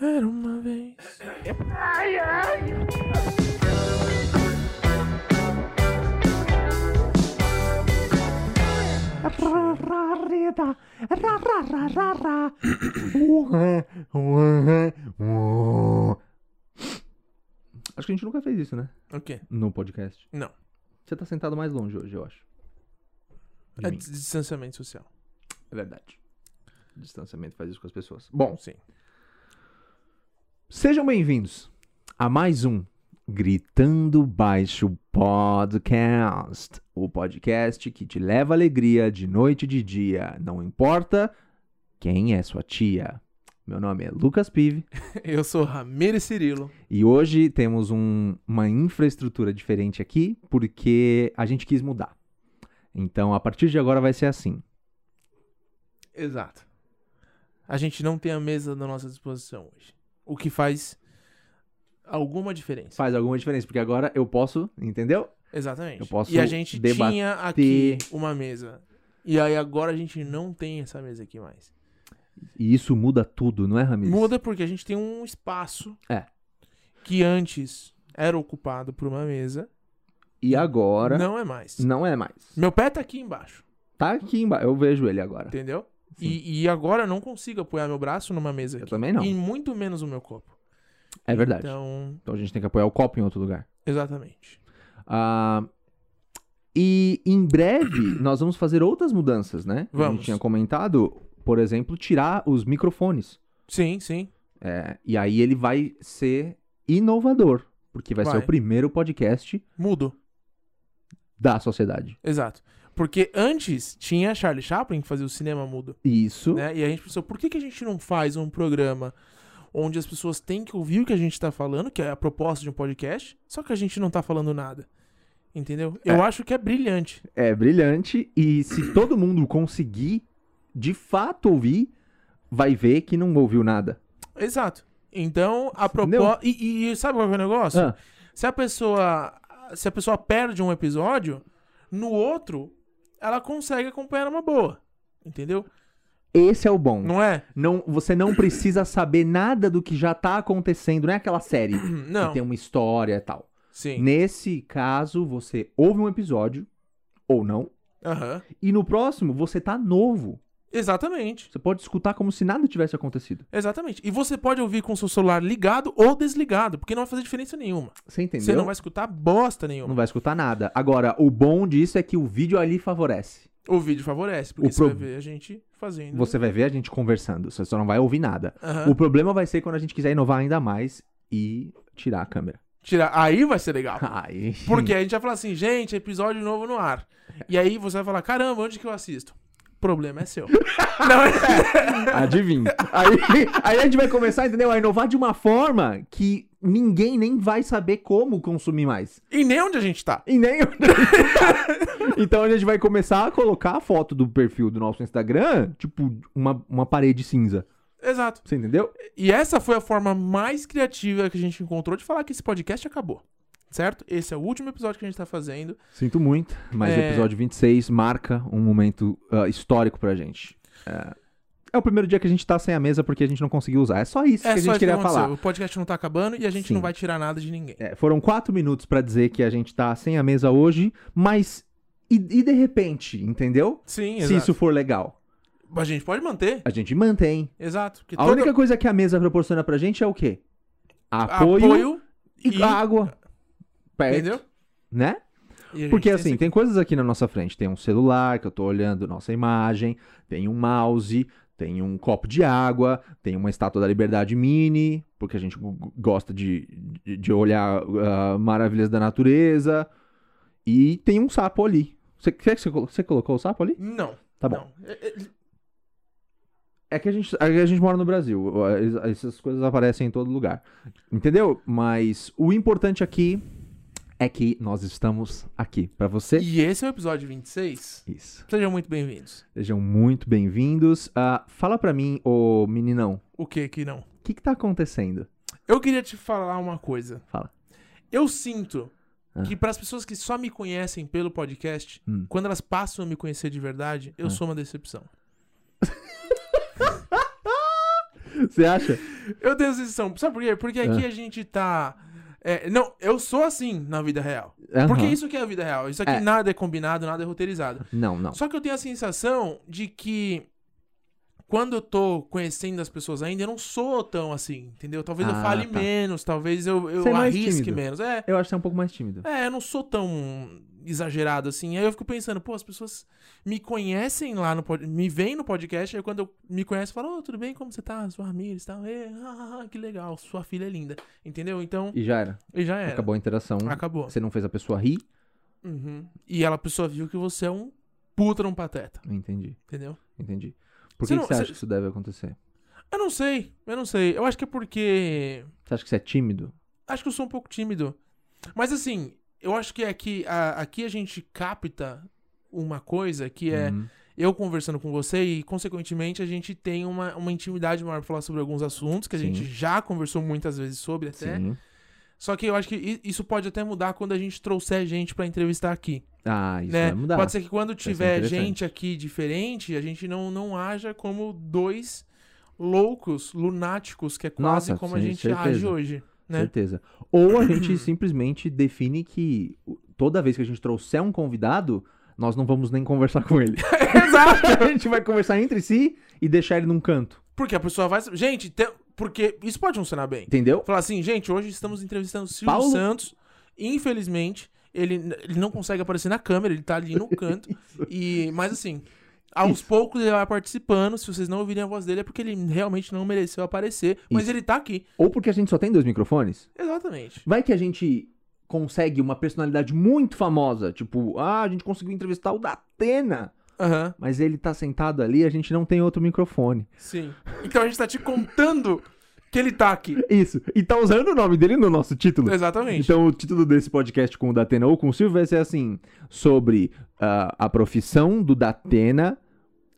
Era uma vez. Rarida. Ra, ra, ra, ra, ra. Acho que a gente nunca fez isso, né? O quê? No podcast. Não. Você tá sentado mais longe hoje, eu acho. De É mim. dis- distanciamento social. É verdade. Distanciamento faz isso com as pessoas. Bom, Sim. sejam bem-vindos a mais um Gritando Baixo Podcast. O podcast que te leva alegria de noite e de dia. Não importa quem é sua tia. Meu nome é Lucas Pive. Eu sou Ramiro Cirilo. E hoje temos um- uma infraestrutura diferente aqui, porque a gente quis mudar. Então, a partir de agora vai ser assim. Exato. A gente não tem a mesa na nossa disposição hoje. O que faz alguma diferença. Faz alguma diferença, porque agora eu posso, entendeu? Exatamente. Eu posso e a gente debater- tinha aqui uma mesa. E aí agora a gente não tem essa mesa aqui mais. E isso muda tudo, não é, Ramiro? Muda porque a gente tem um espaço É. que antes era ocupado por uma mesa. E agora não, Não é mais. é mais. Meu pé tá aqui embaixo, Tá aqui embaixo, eu vejo ele agora. entendeu? Sim. E, e agora eu não consigo apoiar meu braço numa mesa Eu aqui. também não. E muito menos o meu copo. É verdade. Então... Então, a gente tem que apoiar o copo em outro lugar. exatamente. Ah, e em breve nós vamos fazer outras mudanças, né? A Vamos. gente tinha comentado, por exemplo, tirar os microfones. Sim, sim. É, e aí ele vai ser inovador, porque vai, ser Vai. o primeiro podcast Mudo. da sociedade. Exato. Porque antes tinha Charlie Chaplin que fazia o cinema mudo. Isso. né? E a gente pensou, por que, que a gente não faz um programa onde as pessoas têm que ouvir o que a gente tá falando, que é a proposta de um podcast, só que a gente não tá falando nada. Entendeu? Eu acho que é brilhante. É brilhante e se todo mundo conseguir de fato ouvir, vai ver que não ouviu nada. Exato. Então, a Entendeu? proposta. E, e sabe qual que é o negócio? Ah, Se a pessoa. Se a pessoa perde um episódio, no outro, ela consegue acompanhar uma boa. Entendeu? esse é o bom. Não é? Não, você não precisa saber nada do que já tá acontecendo, não é aquela série que Não. tem uma história e tal. Sim. Nesse caso, você ouve um episódio ou não, Aham. e no próximo você tá novo. Exatamente. Você pode escutar como se nada tivesse acontecido. Exatamente. E você pode ouvir com o seu celular ligado ou desligado, porque não vai fazer diferença nenhuma. Você entendeu? Você não vai escutar bosta nenhuma. Não vai escutar nada. Agora, o bom disso é que o vídeo ali favorece. O vídeo favorece, porque O você vai pro- ver a gente fazendo. Você vai ver a gente conversando, você só não vai ouvir nada. Aham. O problema vai ser quando a gente quiser inovar ainda mais e tirar a câmera. Tirar. Aí vai ser legal. Ai. Porque a gente vai falar assim, gente, episódio novo no ar. E aí você vai falar, caramba, onde que eu assisto? O problema é seu. não é. Adivinha. Aí, aí a gente vai começar, entendeu? A inovar de uma forma que ninguém nem vai saber como consumir mais. E nem onde a gente tá. E nem. então a gente vai começar a colocar a foto do perfil do nosso Instagram, tipo, uma, uma parede cinza. Exato. Você entendeu? E essa foi a forma mais criativa que a gente encontrou de falar que esse podcast acabou. Certo? Esse é o último episódio que a gente tá fazendo. Sinto muito, mas o É. episódio 26 marca um momento ah, histórico pra gente. É, é o primeiro dia que a gente tá sem a mesa porque a gente não conseguiu usar. É só isso é que só a gente isso que queria aconteceu. falar. O podcast não tá acabando e a gente Sim. não vai tirar nada de ninguém. É, foram quatro minutos pra dizer que a gente tá sem a mesa hoje, mas. E, e de repente, entendeu? Sim, Se exato. isso for legal, A gente pode manter. a gente mantém. Exato. Porque A todo- única coisa que a mesa proporciona pra gente é o quê? Apoio, apoio e, água. Perto, Entendeu? Né? E a gente Porque tem assim, esse- tem coisas aqui na nossa frente. Tem um celular que eu tô olhando nossa imagem, tem um mouse, tem um copo de água, tem uma estátua da liberdade mini, porque a gente go- go- gosta de, de, de olhar ah, maravilhas da natureza. E tem um sapo ali. Você, quer que você, colo- você colocou o sapo ali? Não. Tá bom. não. É- é- É que a gente, a gente mora no Brasil. es- Essas coisas aparecem em todo lugar. Entendeu? Mas o importante aqui é que nós estamos aqui pra você. E esse é o episódio 26. Isso. Sejam muito bem-vindos. Sejam muito bem-vindos. Ah, fala pra mim, ô meninão, O que que não? o que que tá acontecendo? Eu queria te falar uma coisa. Fala. Eu sinto Ah. que para as pessoas que só me conhecem pelo podcast, Hum. Ah. quando elas passam a me conhecer de verdade, eu sou uma decepção. Você acha? Eu tenho sensação. Sabe por quê? Porque aqui Ah. a gente tá. é, não, eu sou assim na vida real. Aham. Porque isso que é a vida real. Isso aqui É. nada é combinado, nada é roteirizado. Não, não. Só que eu tenho a sensação de que quando eu tô conhecendo as pessoas ainda, eu não sou tão assim, entendeu? Talvez eu Ah, fale tá. menos, talvez eu, Você é eu mais arrisque tímido. menos. É, Eu acho que você é um pouco mais tímido. é, eu não sou tão exagerado assim. Aí eu fico pensando, pô, as pessoas me conhecem lá no pod... me veem no podcast, aí quando eu me conhecem, falam, ô, tudo bem, como você tá? Sua Ramires e tal. "É, ah, ah, que legal, sua filha é linda. Entendeu? Então, E já era. e já era. Acabou né? a interação. Acabou. Você não fez a pessoa rir? Uhum. E ela a pessoa viu que você é um puta de um pateta, Entendi, entendeu? entendi. Por Você que, não- que você você- acha que isso deve acontecer? Eu não sei, eu não sei. Eu acho que é porque Você acha que você é tímido? acho que eu sou um pouco tímido. Mas assim, eu acho que aqui a, aqui a gente capta uma coisa que é Uhum. eu conversando com você e, consequentemente, a gente tem uma, uma intimidade maior pra falar sobre alguns assuntos que a Sim. gente já conversou muitas vezes sobre até. Sim. Só que eu acho que i- isso pode até mudar quando a gente trouxer gente pra entrevistar aqui. Ah, isso né? vai mudar. Pode ser que quando ser tiver interessante. gente aqui diferente, a gente não, não haja como dois loucos, lunáticos, que é quase Nossa, como a sim, gente certeza. age hoje. né? Certeza. Ou a gente simplesmente define que o- toda vez que a gente trouxer um convidado, nós não vamos nem conversar com ele. Exato! a gente vai conversar entre si e deixar ele num canto. Porque a pessoa vai. Gente, tem- porque isso pode funcionar bem. Entendeu? Falar assim, gente, hoje estamos entrevistando o Silvio Paulo- Santos. Infelizmente, ele, ele não consegue aparecer na câmera, ele tá ali no canto. e Mas assim, aos poucos ele vai participando. Se vocês não ouvirem a voz dele, é porque ele realmente não mereceu aparecer. Mas Isso. ele tá aqui. Ou porque a gente só tem dois microfones. Exatamente. Vai que a gente consegue uma personalidade muito famosa, tipo, ah, a gente conseguiu entrevistar o da Atena, Aham, mas ele tá sentado ali, a gente não tem outro microfone. sim. Então a gente tá te contando que ele tá aqui. Isso. E tá usando o nome dele no nosso título. Exatamente. Então, o título desse podcast com o Datena ou com o Silvio vai ser assim: sobre ah, a profissão do Datena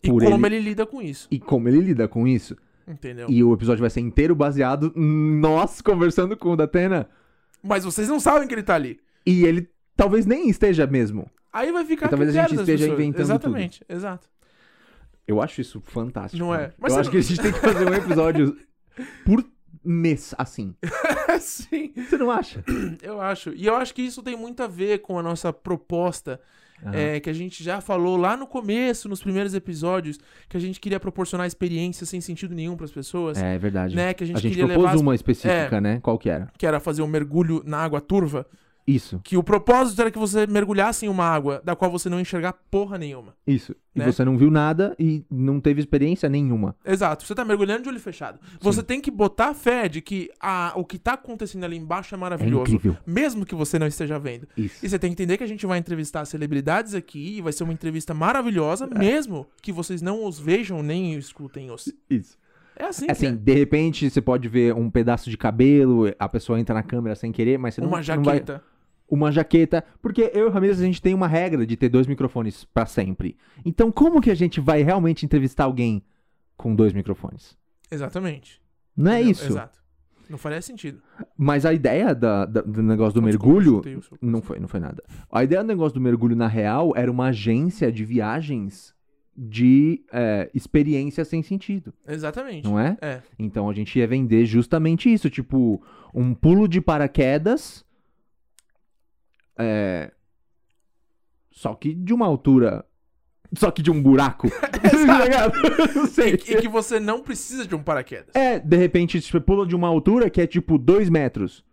e por como ele... lida com isso. e como ele lida com isso. Entendeu? E o episódio vai ser inteiro baseado em nós conversando com o Datena. Mas vocês não sabem que ele tá ali. E ele talvez nem esteja mesmo. Aí vai ficar E talvez a gente critério das esteja pessoas. inventando tudo. Exatamente, exato. Eu acho isso fantástico. Não é? né? Mas Eu você acho não- que a gente tem que fazer um episódio por mês, assim. É, Sim, Você não acha? eu acho. E eu acho que isso tem muito a ver com a nossa proposta, Aham. é, que a gente já falou lá no começo, nos primeiros episódios, que a gente queria proporcionar experiência sem sentido nenhum pras pessoas, É verdade. né? Que a gente, A gente queria propôs levar, as- É. uma específica, né? Qual que era? que era fazer um mergulho na água turva, Isso, que o propósito era que você mergulhasse em uma água da qual você não enxergar porra nenhuma. isso. E Né? você não viu nada e não teve experiência nenhuma. Exato, você tá mergulhando de olho fechado. Você tem que botar fé de que a, o que tá acontecendo ali embaixo é É maravilhoso. incrível. mesmo que você não esteja vendo. Isso. E você tem que entender que a gente vai entrevistar celebridades aqui e vai ser uma entrevista maravilhosa, É. mesmo que vocês não os vejam nem escutem os. Isso. É assim, Assim, cara. de repente você pode ver um pedaço de cabelo, a pessoa entra na câmera sem querer, mas você não, uma não vai. jaqueta. Uma jaqueta. Porque eu e o Ramirez, a gente tem uma regra de ter dois microfones pra sempre. Então, como que a gente vai realmente entrevistar alguém com dois microfones? Exatamente. Não é Entendeu? isso. Exato. Não faria sentido. Mas a ideia da- da- do negócio do Não, desculpa, mergulho. chutei o seu- Não foi, não foi nada. A ideia do negócio do mergulho, na real, era uma agência de viagens de é, experiência sem sentido, Exatamente. não é? É. Então a gente ia vender justamente isso, tipo, um pulo de paraquedas. é, Só que de uma altura. Só que de um buraco. Tá ligado? Não sei. E, e que você não precisa de um paraquedas. É, de repente, você pula de uma altura que é tipo 2 metros.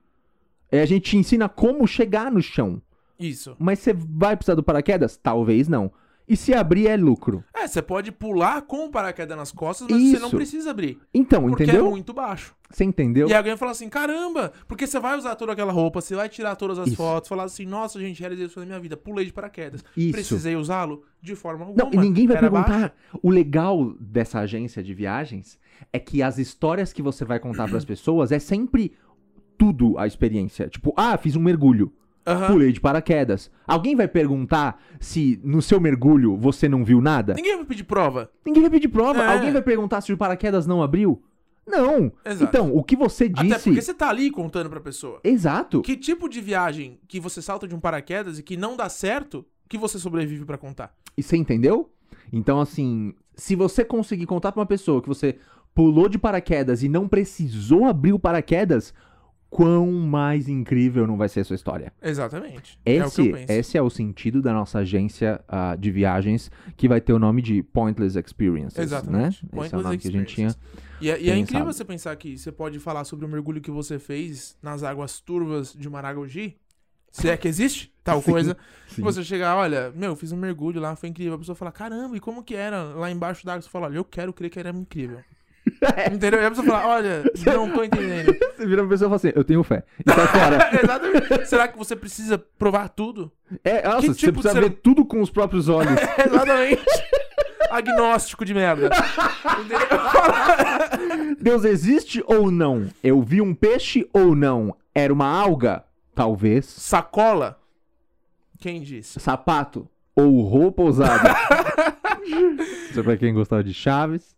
E a gente te ensina como chegar no chão. Isso. Mas você vai precisar do paraquedas? Talvez não. E se abrir é lucro. É, você pode pular com o paraquedas nas costas, mas você não Isso. precisa abrir. Então, Porque é entendeu? muito baixo. Você entendeu? E alguém fala assim, caramba, porque você vai usar toda aquela roupa, você vai tirar todas as Isso. fotos, falar assim, nossa, gente, realizei isso na minha vida, pulei de paraquedas. Isso. Precisei usá-lo de forma alguma. Não, e ninguém vai Era perguntar. baixo. O legal dessa agência de viagens é que as histórias que você vai contar pras pessoas é sempre tudo a experiência. Tipo, ah, fiz um mergulho, Aham. pulei de paraquedas. Alguém vai perguntar se no seu mergulho você não viu nada? Ninguém vai pedir prova. Ninguém vai pedir prova. É. Alguém vai perguntar se o paraquedas não abriu? Não. Exato. Então, o que você Até porque disse. você tá ali contando pra pessoa. Exato. Que tipo de viagem que você salta de um paraquedas e que não dá certo, que você sobrevive pra contar? E você entendeu? Então, assim, se você conseguir contar pra uma pessoa que você pulou de paraquedas e não precisou abrir o paraquedas, quão mais incrível não vai ser a sua história. Exatamente. é o que Esse eu penso. esse é o sentido da nossa agência ah, de viagens, que vai ter o nome de Pointless Experiences, né? Exatamente. Esse é o Pointless nome que a gente tinha. Experiences. E, é- e é Quem incrível sabe? você pensar que você pode falar sobre o mergulho que você fez nas águas turvas de Maragogi. Se é que existe tal Sim, coisa. sim. Você chegar, olha, meu, eu fiz um mergulho lá, foi incrível. A pessoa fala, caramba, e como que era lá embaixo d'água? Você fala, olha, eu quero crer que era incrível. Entendeu? E a pessoa fala, olha, não tô entendendo. Você vira pra pessoa e fala assim, eu tenho fé. E sai fora. Exatamente. Será que você precisa provar tudo? É, nossa, Que você tipo precisa de ser- ver tudo com os próprios olhos. Exatamente. Agnóstico de merda. Deus existe ou não? Eu vi um peixe ou não? Era uma alga? Talvez. Sacola? Quem disse? sapato ou roupa ousada. Isso é pra quem gostava de Chaves.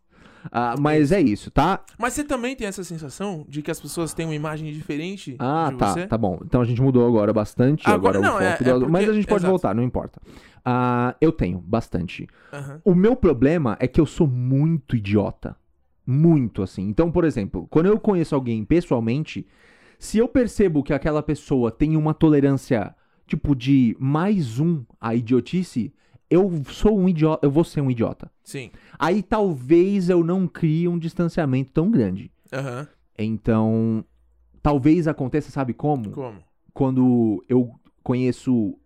Ah, mas é isso, tá? Mas você também tem essa sensação de que as pessoas têm uma imagem diferente Ah, de tá, você? tá bom. Então a gente mudou agora bastante. Agora, Agora o não, é- foco é do- porque- Mas a gente pode exato. voltar, não importa. Ah, eu tenho bastante. Aham. O meu problema é que eu sou muito idiota. Muito assim. Então, por exemplo, quando eu conheço alguém pessoalmente, se eu percebo que aquela pessoa tem uma tolerância tipo de mais um à idiotice, eu sou um idiota, eu vou ser um idiota. Sim. Aí talvez eu não crie um distanciamento tão grande. Aham. Então, talvez aconteça, sabe como? Como? Quando eu conheço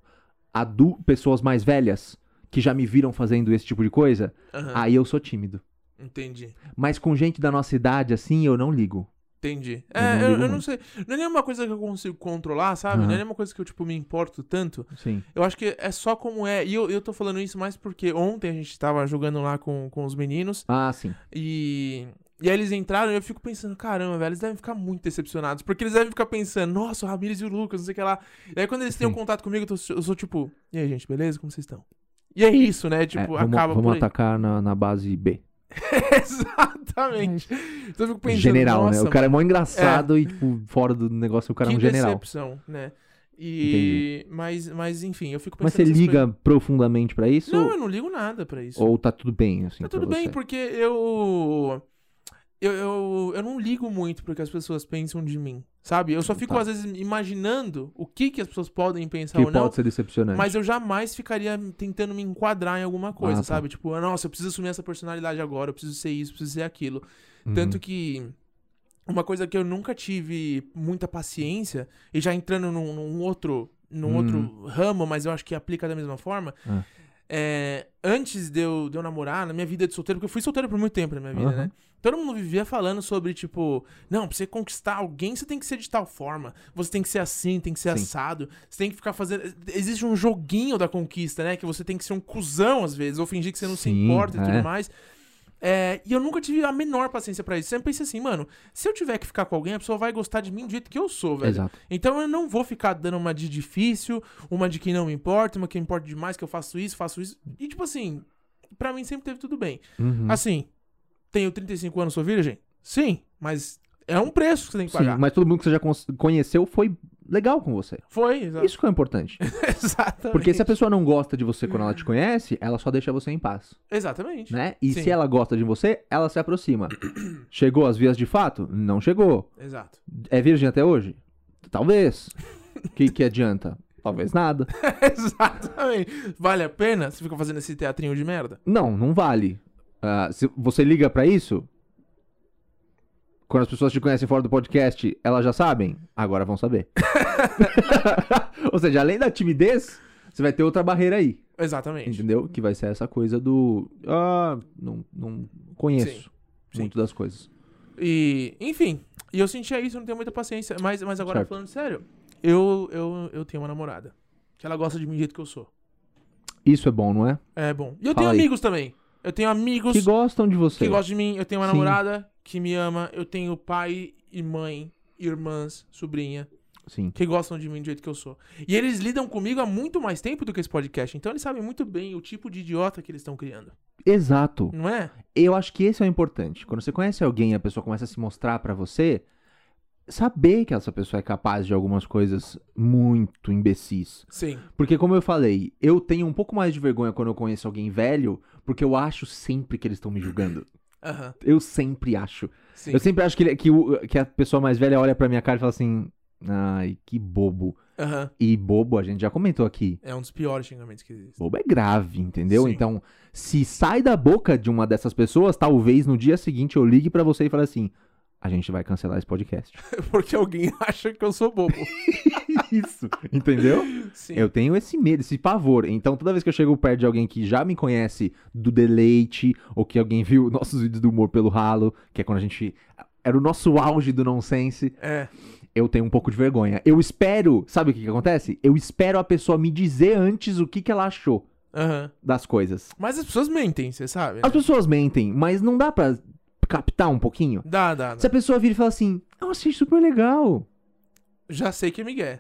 adu- pessoas mais velhas que já me viram fazendo esse tipo de coisa, Aham. Aí eu sou tímido. Entendi. Mas com gente da nossa idade, assim, eu não ligo. Entendi. Eu É, não eu, ligo eu não muito. sei. Não é nenhuma coisa que eu consigo controlar, sabe? Aham. Não é nenhuma coisa que eu, tipo, me importo tanto. Sim. Eu acho que é só como é. E eu, eu tô falando isso mais porque ontem a gente tava jogando lá com, com os meninos Ah, sim. e. E aí eles entraram e eu fico pensando, caramba, velho, eles devem ficar muito decepcionados. Porque eles devem ficar pensando, nossa, o Ramirez e o Lucas, não sei o que lá. E aí quando eles têm um Sim. contato comigo, eu, tô- eu sou tipo, e aí, gente, beleza? Como vocês estão? E é isso, né? É, Tipo, vamos acaba vamos por aí. atacar na, na base B. Exatamente. Então eu fico pensando, general, nossa, né? O cara é mó engraçado e, tipo, fora do negócio, o cara é que um general. decepção, né? E... Mas, mas, enfim, eu fico pensando... Mas você nessas liga profundamente pra isso? coisas. Não, eu não ligo nada pra isso. Ou tá tudo bem, assim, Tá tudo pra bem, você? porque eu... Eu, eu... eu não ligo muito pro que as pessoas pensam de mim, sabe? Eu só fico, Tá. às vezes, imaginando o que, que as pessoas podem pensar Que ou então, não. pode ser né? decepcionante. Mas eu jamais ficaria tentando me enquadrar em alguma coisa, Ah, tá. sabe? Tipo, nossa, eu preciso assumir essa personalidade agora, eu preciso ser isso, eu preciso ser aquilo. Uhum. Tanto que uma coisa que eu nunca tive muita paciência, e já entrando num, num outro num Hum. outro ramo, mas eu acho que aplica da mesma forma, Ah. é, antes de eu, de eu namorar, na minha vida de solteiro, porque eu fui solteiro por muito tempo na minha vida, Aham. né? Todo mundo vivia falando sobre, tipo, não, pra você conquistar alguém, você tem que ser de tal forma. Você tem que ser assim, tem que ser Sim. assado. Você tem que ficar fazendo. Existe um joguinho da conquista, né? Que você tem que ser um cuzão às vezes, ou fingir que você não se Sim, importa e é. tudo mais. É, e eu nunca tive a menor paciência pra isso. Sempre pensei assim, mano, se eu tiver que ficar com alguém, a pessoa vai gostar de mim do jeito que eu sou, velho. Exato. Então eu não vou ficar dando uma de difícil, uma de que não me importa, uma que importa demais, que eu faço isso, faço isso. E tipo assim, pra mim sempre teve tudo bem. Uhum. Assim, tenho 35 anos, sou virgem? Sim, mas é um preço que você tem que Sim, pagar. mas todo mundo que você já cons- conheceu foi legal com você. Foi, exa Isso que é importante. exatamente. Porque se a pessoa não gosta de você quando ela te conhece, ela só deixa você em paz. Exatamente. né? E Sim. se ela gosta de você, ela se aproxima. chegou às vias de fato? Não chegou. Exato. É virgem até hoje? Talvez. O que, que adianta? Talvez nada. exatamente. Vale a pena você ficar fazendo esse teatrinho de merda? Não, não vale. Ah, se você liga pra isso? Quando as pessoas te conhecem fora do podcast, elas já sabem? Agora vão saber. Ou seja, além da timidez, você vai ter outra barreira aí. Exatamente. Entendeu? Que vai ser essa coisa do. Ah, não, não conheço Sim. muito das coisas. E, enfim, e eu sentia isso, eu não tenho muita paciência. Mas, mas agora, Certo. falando sério, eu, eu, eu tenho uma namorada. Que ela gosta de mim do jeito que eu sou. Isso é bom, não é? É bom. E eu Fala tenho aí. amigos também. Eu tenho amigos que que, gostam de você. gostam de mim, eu tenho uma Sim. namorada que me ama, eu tenho pai e mãe, irmãs, sobrinha, Sim. que gostam de mim do jeito que eu sou. E eles lidam comigo há muito mais tempo do que esse podcast, então eles sabem muito bem o tipo de idiota que eles estão criando, Exato. não é? Eu acho que esse é o importante. Quando você conhece alguém e a pessoa começa a se mostrar pra você, saber que essa pessoa é capaz de algumas coisas muito imbecis. Sim. Porque, como eu falei, eu tenho um pouco mais de vergonha quando eu conheço alguém velho, porque eu acho sempre que eles estão me julgando. Aham, Eu sempre acho. sim. Eu sempre acho que, ele- que, o- que a pessoa mais velha olha pra minha cara e fala assim: ai, que bobo. Aham. E bobo, a gente já comentou aqui. É um dos piores xingamentos que existe. Bobo é grave, entendeu? Sim. Então, se sai da boca de uma dessas pessoas, talvez no dia seguinte eu ligue pra você e fale assim: a gente vai cancelar esse podcast. Porque alguém acha que eu sou bobo. Isso, entendeu? Sim. Eu tenho esse medo, esse pavor. Então, toda vez que eu chego perto de alguém que já me conhece do deleite, ou que alguém viu nossos vídeos do humor pelo ralo, que é quando a gente. Era o nosso auge do nonsense, É. eu tenho um pouco de vergonha. Eu espero, sabe o que, que acontece? Eu espero a pessoa me dizer antes o que, que ela achou Aham. das coisas. Mas as pessoas mentem, você sabe? né? As pessoas mentem, mas não dá pra captar um pouquinho? Dá, dá. dá. Se a pessoa vira e fala assim, eu achei super legal. Já sei que é Miguel.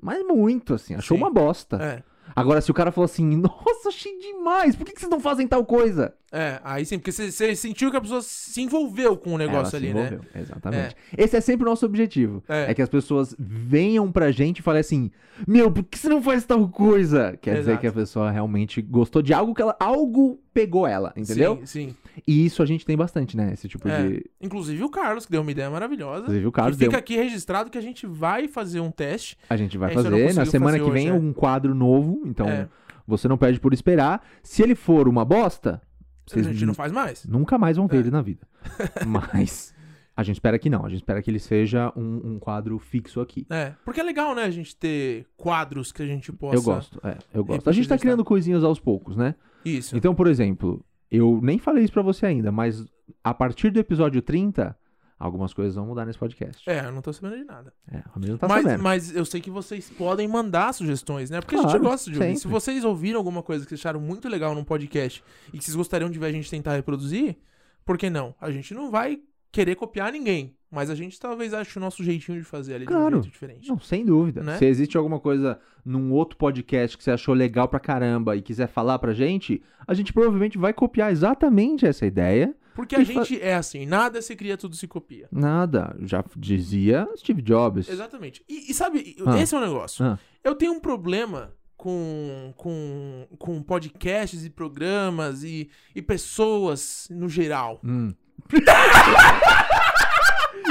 Mas muito, assim, achou Sim. uma bosta. É. Agora, se o cara falou assim, nossa, achei demais, por que, que vocês não fazem tal coisa? É, aí sim, porque você- você sentiu que a pessoa se envolveu com o Ela negócio se ali, né? envolveu, Exatamente. Esse é sempre o nosso objetivo. É. É. que as pessoas venham pra gente e falem assim, meu, por que você não faz tal coisa? Quer dizer Exato. que a pessoa realmente gostou de algo que ela. Algo pegou ela, entendeu? Sim, sim. E isso a gente tem bastante, né? Esse tipo É. de. Inclusive o Carlos, que deu uma ideia maravilhosa. Inclusive, o Carlos e fica deu- um aqui registrado que a gente vai fazer um teste. A gente vai É, isso eu não fazer. Na consigo semana fazer que hoje, vem, é. um quadro novo. Então, É. você não perde por esperar. Se ele for uma bosta, vocês a gente não faz mais. nunca mais vão ver É. ele na vida. Mas a gente espera que não. A gente espera que ele seja um, um quadro fixo aqui. É. Porque é legal, né, a gente ter quadros que a gente possa. Eu gosto, é, eu gosto. A Repetir gente tá esse criando coisinhas aos poucos, né? Isso. Então, por exemplo, eu nem falei isso pra você ainda, mas a partir do episódio 30, algumas coisas vão mudar nesse podcast. É, eu não tô sabendo de nada. É, o Ramiro não tá mas, sabendo. mas eu sei que vocês podem mandar sugestões, né? Porque a gente Claro, gosta de ouvir. Se sempre. vocês ouviram alguma coisa que vocês acharam muito legal num podcast e que vocês gostariam de ver a gente tentar reproduzir, por que não? A gente não vai querer copiar ninguém. Mas a gente talvez ache o nosso jeitinho de fazer ali de Claro. um jeito diferente. Não, sem dúvida. Né? Se existe alguma coisa num outro podcast que você achou legal pra caramba e quiser falar pra gente, a gente provavelmente vai copiar exatamente essa ideia. Porque a E fa- gente é assim, nada se cria, tudo se copia. Nada, já dizia Steve Jobs. Exatamente. E, e sabe, Ah. esse é o negócio. Ah. Eu tenho um problema com, com, com podcasts e programas e, e pessoas no geral. Hum.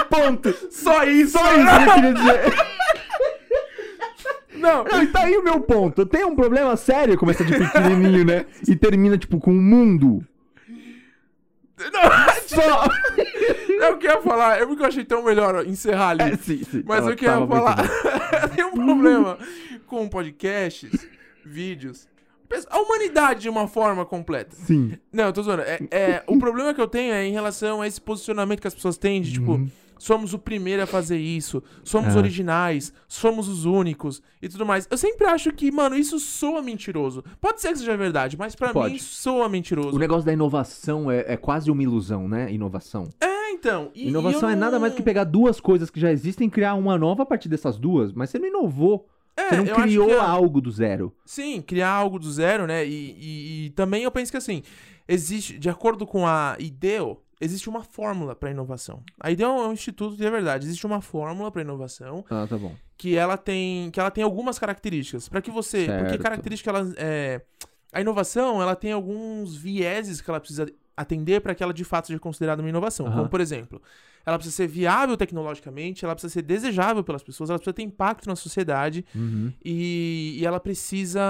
Ponto! Só isso! Só isso que eu queria dizer. Não! Não, e tá aí o meu ponto. Tem um problema sério, começa de pequenininho, né? E termina, tipo, com o mundo. Não, Só. eu queria falar, é porque eu achei tão melhor encerrar ali. É, sim, sim. Mas Ela eu queria tava muito falar. bem. eu tenho um problema com podcasts, vídeos. pes- A humanidade de uma forma completa. Sim. Não, eu tô zoando. É, é, o problema que eu tenho é em relação a esse posicionamento que as pessoas têm de, tipo, Uhum. somos o primeiro a fazer isso, somos Ah. originais, somos os únicos e tudo mais. Eu sempre acho que, mano, isso soa mentiroso. Pode ser que seja verdade, mas pra Pode. mim soa mentiroso. O negócio da inovação é, é quase uma ilusão, né? Inovação. É, então. e- Inovação e eu é nada não- mais do que pegar duas coisas que já existem e criar uma nova a partir dessas duas, mas você não inovou. É, você eu não acho criou que é- algo do zero. Sim, criar algo do zero, né? E, e- e também eu penso que assim, existe, de acordo com a IDEO, existe uma fórmula pra inovação. A IDEO é um instituto de verdade, existe uma fórmula pra inovação Ah, tá bom. que ela tem que ela tem algumas características para que você porque Certo. característica ela é a inovação ela tem alguns vieses que ela precisa atender para que ela de fato seja considerada uma inovação Aham. como por exemplo ela precisa ser viável tecnologicamente ela precisa ser desejável pelas pessoas ela precisa ter impacto na sociedade Uhum. e, e ela precisa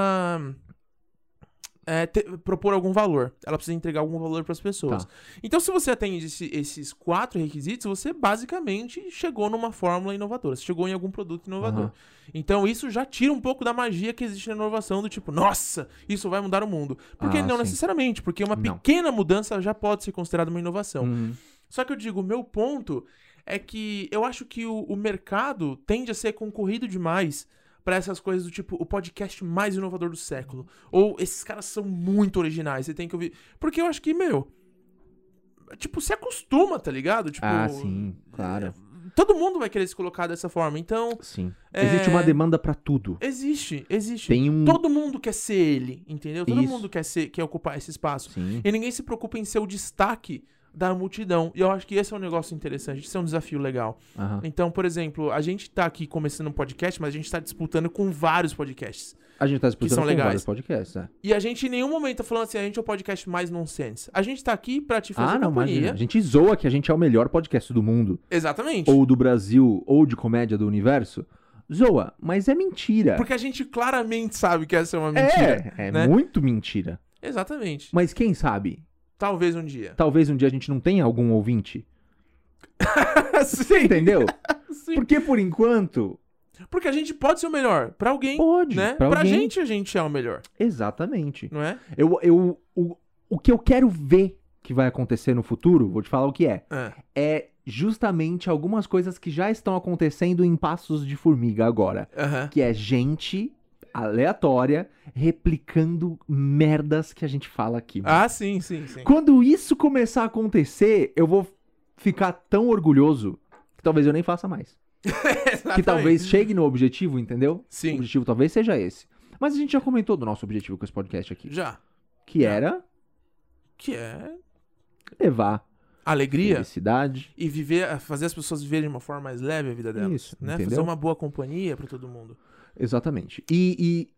é, ter- propor algum valor. Ela precisa entregar algum valor para as pessoas. Tá. Então, se você atende esse- esses quatro requisitos, você basicamente chegou numa fórmula inovadora. Você chegou em algum produto inovador. Aham. Então, isso já tira um pouco da magia que existe na inovação, do tipo, nossa, isso vai mudar o mundo. Porque Ah, não sim. necessariamente, porque uma Não. pequena mudança já pode ser considerada uma inovação. Uhum. Só que eu digo, o meu ponto é que eu acho que o, o mercado tende a ser concorrido demais pra essas coisas do tipo o podcast mais inovador do século. Ou esses caras são muito originais, você tem que ouvir. Porque eu acho que, meu. Tipo, se acostuma, tá ligado? Tipo, Ah, sim, claro. todo mundo vai querer se colocar dessa forma. Então, Sim. É. Existe uma demanda pra tudo. existe, existe. Tem um. Todo mundo quer ser ele, entendeu? Todo Isso. mundo quer ser, quer ocupar esse espaço. Sim. E ninguém se preocupa em ser o destaque da multidão. E eu acho que esse é um negócio interessante, esse é um desafio legal. Aham. Então, por exemplo, a gente tá aqui começando um podcast, mas a gente tá disputando com vários podcasts. A gente tá disputando são com legais. vários podcasts, é. E a gente em nenhum momento tá falando assim, a gente é o podcast mais nonsense. A gente tá aqui pra te fazer Ah, não, companhia. imagina. A gente zoa que a gente é o melhor podcast do mundo, Exatamente. ou do Brasil, ou de comédia do universo. Zoa, mas é mentira. Porque a gente claramente sabe que essa é uma mentira. é, é né? muito mentira. Exatamente. Mas quem sabe? Talvez um dia. Talvez um dia a gente não tenha algum ouvinte. Você Sim, entendeu? sim. Porque por enquanto. Porque a gente pode ser o melhor pra alguém, Pode, né? pra alguém. gente a gente é o melhor, Exatamente. não é? Eu, eu, o, o que eu quero ver que vai acontecer no futuro, vou te falar o que é. É. É justamente algumas coisas que já estão acontecendo em passos de formiga agora. Aham. Que é gente aleatória replicando merdas que a gente fala aqui. Ah, sim, sim, sim. Quando isso começar a acontecer, eu vou ficar tão orgulhoso que talvez eu nem faça mais. Que Exatamente. talvez chegue no objetivo, entendeu? O Ah, tá Sim, objetivo talvez seja esse. Mas a gente já comentou do nosso objetivo com esse podcast aqui. já. Que era Que é levar alegria felicidade. e viver, fazer as pessoas viverem de uma forma mais leve a vida delas. Isso, né? Fazer entendeu? uma boa companhia pra todo mundo. Exatamente. E, e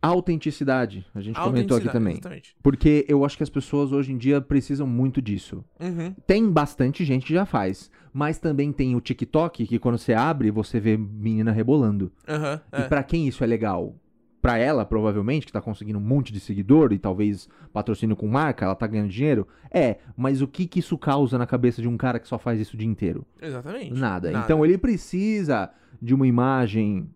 a autenticidade, a gente comentou aqui Autenticidade, também. Exatamente. Porque eu acho que as pessoas hoje em dia precisam muito disso. Uhum. Tem bastante gente que já faz, mas também tem o TikTok que quando você abre, você vê menina rebolando. Aham. E é. pra quem isso é legal? Pra ela, provavelmente, que tá conseguindo um monte de seguidor e talvez patrocínio com marca, ela tá ganhando dinheiro? É, mas o que que isso causa na cabeça de um cara que só faz isso o dia inteiro? é, Exatamente. Nada. Então ele precisa de uma imagem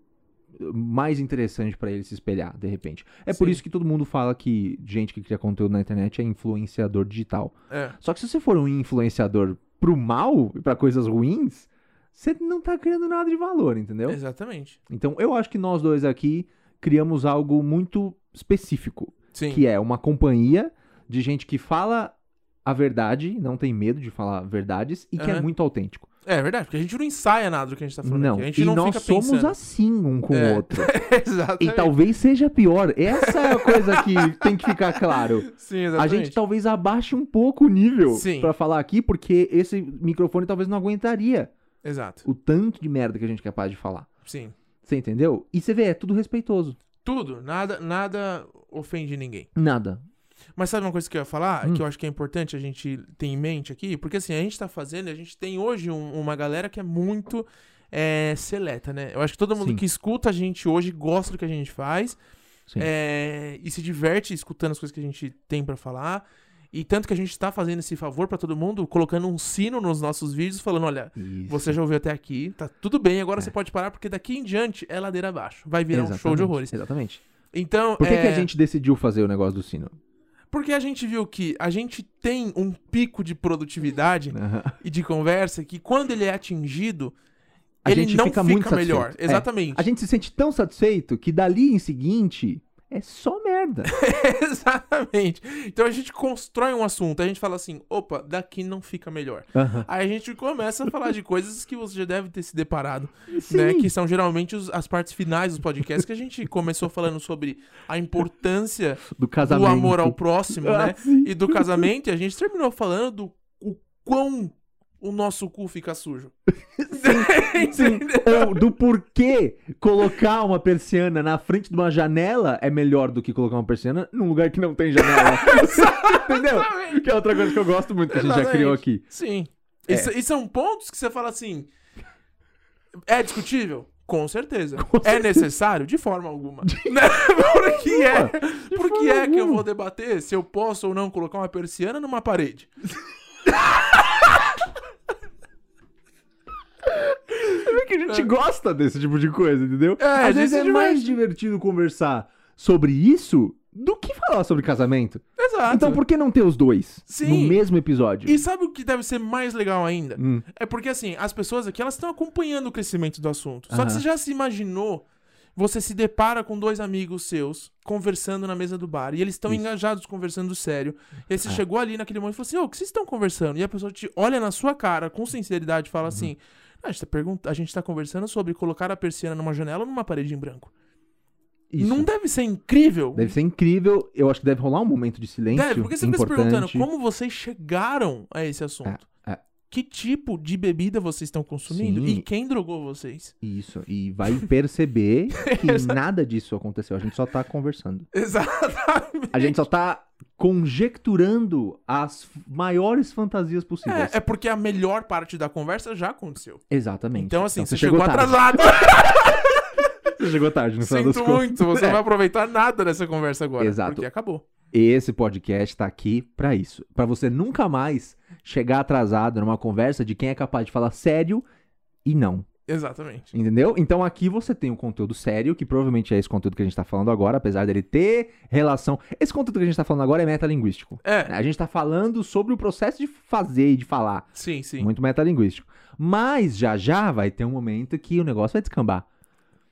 mais interessante pra ele se espelhar, de repente. É por Sim. isso que todo mundo fala que gente que cria conteúdo na internet é influenciador digital. É. Só que se você for um influenciador pro mal e pra coisas ruins, você não tá criando nada de valor, entendeu? Exatamente. Então, eu acho que nós dois aqui criamos algo muito específico, Sim. que é uma companhia de gente que fala a verdade, não tem medo de falar verdades e que é Aham. muito autêntico. É verdade, porque a gente não ensaia nada do que a gente tá falando não, aqui. A gente e não nós fica somos Então, pensando. assim um com É. o outro. E Exatamente. talvez seja pior. Essa é a coisa que tem que ficar claro. Sim, A exatamente. gente talvez abaixe um pouco o nível Sim. pra falar aqui, porque esse microfone talvez não aguentaria Exato. o tanto de merda que a gente é capaz de falar. Sim. Você entendeu? E você vê, é tudo respeitoso. Tudo, nada, nada ofende ninguém. Nada. Mas sabe uma coisa que eu ia falar, Hum. que eu acho que é importante a gente ter em mente aqui? Porque assim, a gente tá fazendo, a gente tem hoje um- uma galera que é muito é, seleta, né? Eu acho que todo mundo Sim. que escuta a gente hoje gosta do que a gente faz Sim. é, e se diverte escutando as coisas que a gente tem pra falar. E tanto que a gente tá fazendo esse favor pra todo mundo, colocando um sino nos nossos vídeos, falando, olha, Isso. você já ouviu até aqui, tá tudo bem, agora É. você pode parar, porque daqui em diante é ladeira abaixo. Vai virar um show Exatamente, de horrores. Exatamente. Então, Por que, é, que a gente decidiu fazer o negócio do sino? Porque a gente viu que a gente tem um pico de produtividade Né? e de conversa que quando ele é atingido, A ele gente não fica fica, muito melhor. satisfeito. É. Exatamente. A gente se sente tão satisfeito que dali em seguinte é só merda. Exatamente. Então a gente constrói um assunto, a gente fala assim, opa, daqui não fica melhor. Aí a gente começa a falar de coisas que você já deve ter se deparado, né? Sim. Que são geralmente os- as partes finais dos podcasts que a gente começou falando sobre a importância Do casamento. do amor ao próximo, Ah, né? sim. E do casamento, e a gente terminou falando do o quão o nosso cu fica sujo. Sim. Ou do porquê colocar uma persiana na frente de uma janela é melhor do que colocar uma persiana num lugar que não tem janela. Entendeu? Que é outra coisa que eu gosto muito que a gente já Exatamente. criou aqui. É. Sim. E, s- e são pontos que você fala assim. É discutível? Com certeza. É necessário? De forma alguma. Né? Porque é, porque forma é que eu alguma. vou debater se eu posso ou não colocar uma persiana numa parede. Você vê que a gente gosta desse tipo de coisa, entendeu? É, a Às gente vezes se é mais divertido conversar sobre isso do que falar sobre casamento. Exato. Então por que não ter os dois Sim. no mesmo episódio? E sabe o que deve ser mais legal ainda? Hum. É porque, assim, as pessoas aqui, elas estão acompanhando o crescimento do assunto. Só Aham. que você já se imaginou, você se depara com dois amigos seus conversando na mesa do bar e eles estão Isso. É. engajados conversando sério. E aí você chegou ali naquele momento e falou assim, ô, o que vocês estão conversando? E a pessoa te olha na sua cara com sinceridade e Uhum. fala assim, "Ah, a gente, tá pergunt- a gente tá conversando sobre colocar a persiana numa janela ou numa parede em branco. Isso. Não deve ser incrível? Deve ser incrível. Eu acho que deve rolar um momento de silêncio. Deve, porque você fica importante. se perguntando como vocês chegaram a esse assunto. É, é. Que tipo de bebida vocês estão consumindo Sim. e quem drogou vocês? Isso. E vai perceber que nada disso aconteceu. A gente só tá conversando. Exatamente. A gente só tá conjecturando as f- maiores fantasias possíveis. É, é porque a melhor parte da conversa já aconteceu. Exatamente. Então, assim, você chegou, atrasado. Tarde. Você chegou tarde, no final das Sinto contas. muito. Você É. não vai aproveitar nada dessa conversa agora. Exato. Porque acabou. Esse podcast tá aqui pra isso. Pra você nunca mais chegar atrasado numa conversa de quem é capaz de falar sério e não. Exatamente. Entendeu? Então aqui você tem um conteúdo sério, que provavelmente é esse conteúdo que a gente tá falando agora, apesar dele ter relação. Esse conteúdo que a gente tá falando agora é metalinguístico. É, A gente tá falando sobre o processo de fazer e de falar. sim, sim. Muito metalinguístico. Mas já já vai ter um momento que o negócio vai descambar.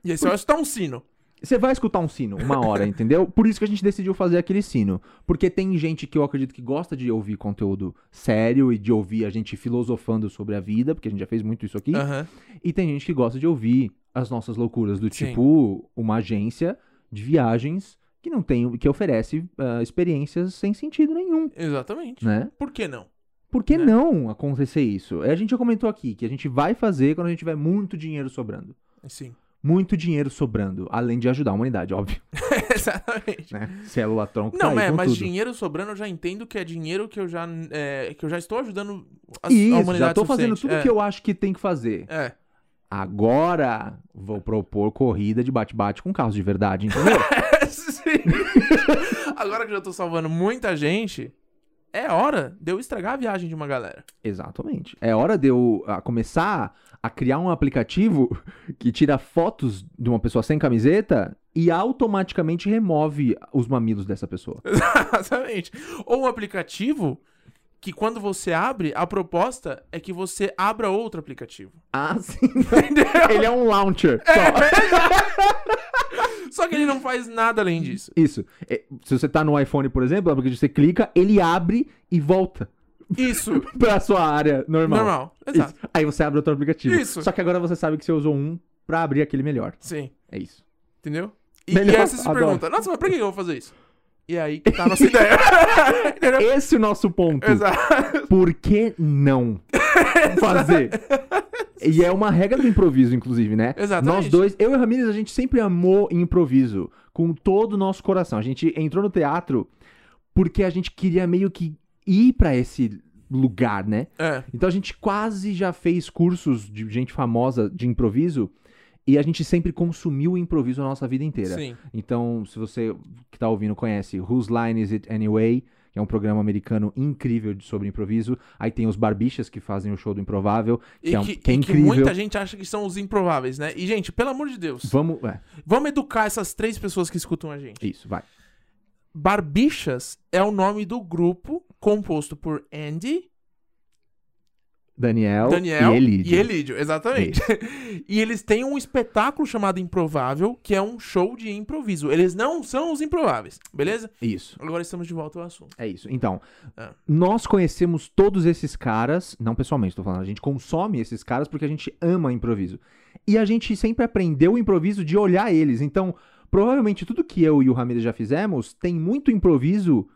E esse é só um sino. Você vai escutar um sino uma hora, entendeu? Por isso que a gente decidiu fazer aquele sino. Porque tem gente que eu acredito que gosta de ouvir conteúdo sério e de ouvir a gente filosofando sobre a vida, porque a gente já fez muito isso aqui. Aham. E tem gente que gosta de ouvir as nossas loucuras, do Sim. tipo uma agência de viagens que não tem, que oferece ah, experiências sem sentido nenhum, Exatamente. né? Por que não? Por que Né? não acontecer isso? A gente já comentou aqui que a gente vai fazer quando a gente tiver muito dinheiro sobrando. Sim. Muito dinheiro sobrando, além de ajudar a humanidade, óbvio, Exatamente. né? Célula tronco. Não, tá aí é, com mas tudo. dinheiro sobrando eu já entendo que é dinheiro que eu já, é, que eu já estou ajudando a, a Isso, humanidade. já tô o fazendo tudo suficiente. o que eu acho que tem que fazer. é. É. Agora vou propor corrida de bate-bate com carros de verdade, entendeu? Sim. Agora que eu já tô salvando muita gente, é hora de eu estragar a viagem de uma galera. Exatamente. É hora de eu ah, começar a criar um aplicativo que tira fotos de uma pessoa sem camiseta e automaticamente remove os mamilos dessa pessoa. Exatamente. Ou um aplicativo que quando você abre, a proposta é que você abra outro aplicativo. Ah, sim. Ele é um launcher. Só. Só que ele não faz nada além disso. Isso. É, se você tá no iPhone, por exemplo, porque você clica, ele abre e volta Isso. pra sua área normal. Normal. Isso. Exato. Aí você abre outro aplicativo. Isso. Só que agora você sabe que você usou um pra abrir aquele melhor. Sim. É isso. Entendeu? E, Melhor, e aí você se adoro. pergunta, nossa, mas pra que eu vou fazer isso? E aí que tá a nossa ideia. Entendeu? Esse é o nosso ponto. Exato. Por que não fazer? E é uma regra do improviso, inclusive, né? Exatamente. Nós dois, eu e o Ramírez, a gente sempre amou improviso com todo o nosso coração. A gente entrou no teatro porque a gente queria meio que ir pra esse lugar, né? É. Então a gente quase já fez cursos de gente famosa de improviso e a gente sempre consumiu o improviso a nossa vida inteira. Sim. Então, se você que tá ouvindo conhece Whose Line Is It Anyway, que é um programa americano incrível de- sobre improviso. Aí tem os Barbixas que fazem o show do Improvável, que, E é, um- que, que é e que incrível. muita gente acha que são os improváveis, né? E, gente, pelo amor de Deus, Vamos. É, vamos educar essas três pessoas que escutam a gente. isso, vai. Barbixas é o nome do grupo composto por Andy, Daniel, Daniel e Elidio. exatamente. e eles têm um espetáculo chamado Improvável, que é um show de improviso. Eles não são os improváveis, beleza? Isso. Agora estamos de volta ao assunto. É isso. Então, Ah. nós conhecemos todos esses caras, não pessoalmente, tô falando, a gente consome esses caras porque a gente ama improviso. E a gente sempre aprendeu o improviso de olhar eles. Então, provavelmente tudo que eu e o Ramirez já fizemos tem muito improviso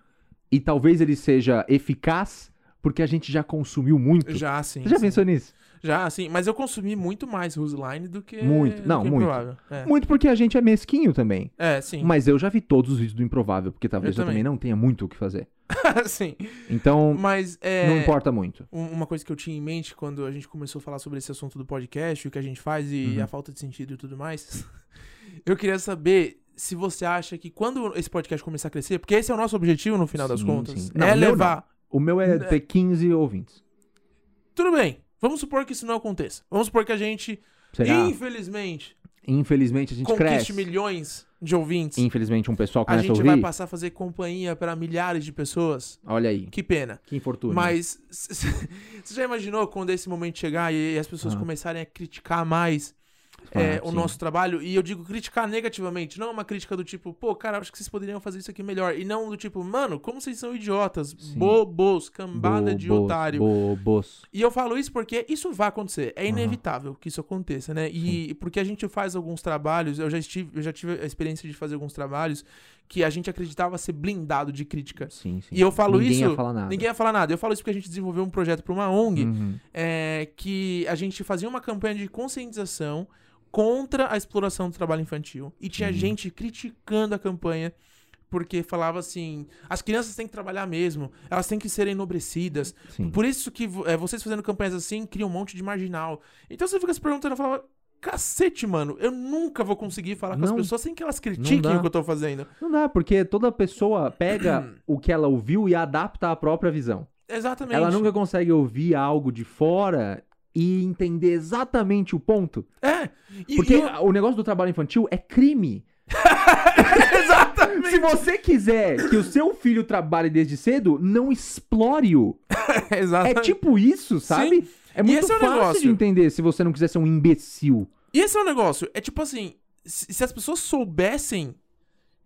e talvez ele seja eficaz porque a gente já consumiu muito. Já sim. Você já sim. pensou nisso? Já, sim. Mas eu consumi muito mais Whose Line do que. Muito. do Não, que muito. Improvável. É. Muito porque a gente é mesquinho também. É, sim. Mas eu já vi todos os vídeos do improvável, porque talvez eu, Eu também não tenha muito o que fazer. sim. Então, Mas é. não importa muito. um- Uma coisa que eu tinha em mente quando a gente começou a falar sobre esse assunto do podcast, o que a gente faz e Uhum. a falta de sentido e tudo mais. eu queria saber se você acha que quando esse podcast começar a crescer, porque esse é o nosso objetivo no final das Sim, contas, sim. Não, é o meu não. levar. O meu é É. ter 15 ouvintes. Tudo bem. Vamos supor que isso não aconteça. Vamos supor que a gente, Será? infelizmente, Infelizmente a gente conquiste cresce. milhões de ouvintes. Infelizmente um pessoal a começa a gente ouvir. vai passar a fazer companhia para milhares de pessoas. Olha aí, Que pena. que infortúnio. Mas você já imaginou quando esse momento chegar e as pessoas Ah. começarem a criticar mais é, Ah, o sim. nosso trabalho. E eu digo criticar negativamente, não é uma crítica do tipo, pô, cara, acho que vocês poderiam fazer isso aqui melhor. E não do tipo, mano, como vocês são idiotas, Sim. bobos, cambada Bo- de bos- otário. Bobos. E eu falo isso porque isso vai acontecer. É inevitável que isso aconteça, né? E porque a gente faz alguns trabalhos, eu já, estive, eu já tive a experiência de fazer alguns trabalhos que a gente acreditava ser blindado de crítica. Sim, sim. E eu falo Ninguém isso. Ia falar nada. Ninguém ia falar nada. Eu falo isso porque a gente desenvolveu um projeto para uma ONG Uhum. é, que a gente fazia uma campanha de conscientização contra a exploração do trabalho infantil. E Uhum. tinha gente criticando a campanha porque falava assim: as crianças têm que trabalhar mesmo, elas têm que ser enobrecidas. Sim. Por isso que vo- é, vocês fazendo campanhas assim criam um monte de marginal. Então você fica se perguntando, eu falava. Cacete, mano, eu nunca vou conseguir falar com as Não. pessoas sem que elas critiquem dá. o que eu tô fazendo. Não dá, porque toda pessoa pega o que ela ouviu e adapta à própria visão. Exatamente. Ela nunca consegue ouvir algo de fora e entender exatamente o ponto. É. E, Porque e- o negócio do trabalho infantil é crime. Exatamente. Se você quiser que o seu filho trabalhe desde cedo, não explore-o. É Exatamente. tipo isso, sabe? É muito esse é o fácil negócio. de entender se você não quiser ser um imbecil. E esse é o negócio. É tipo assim, se se as pessoas soubessem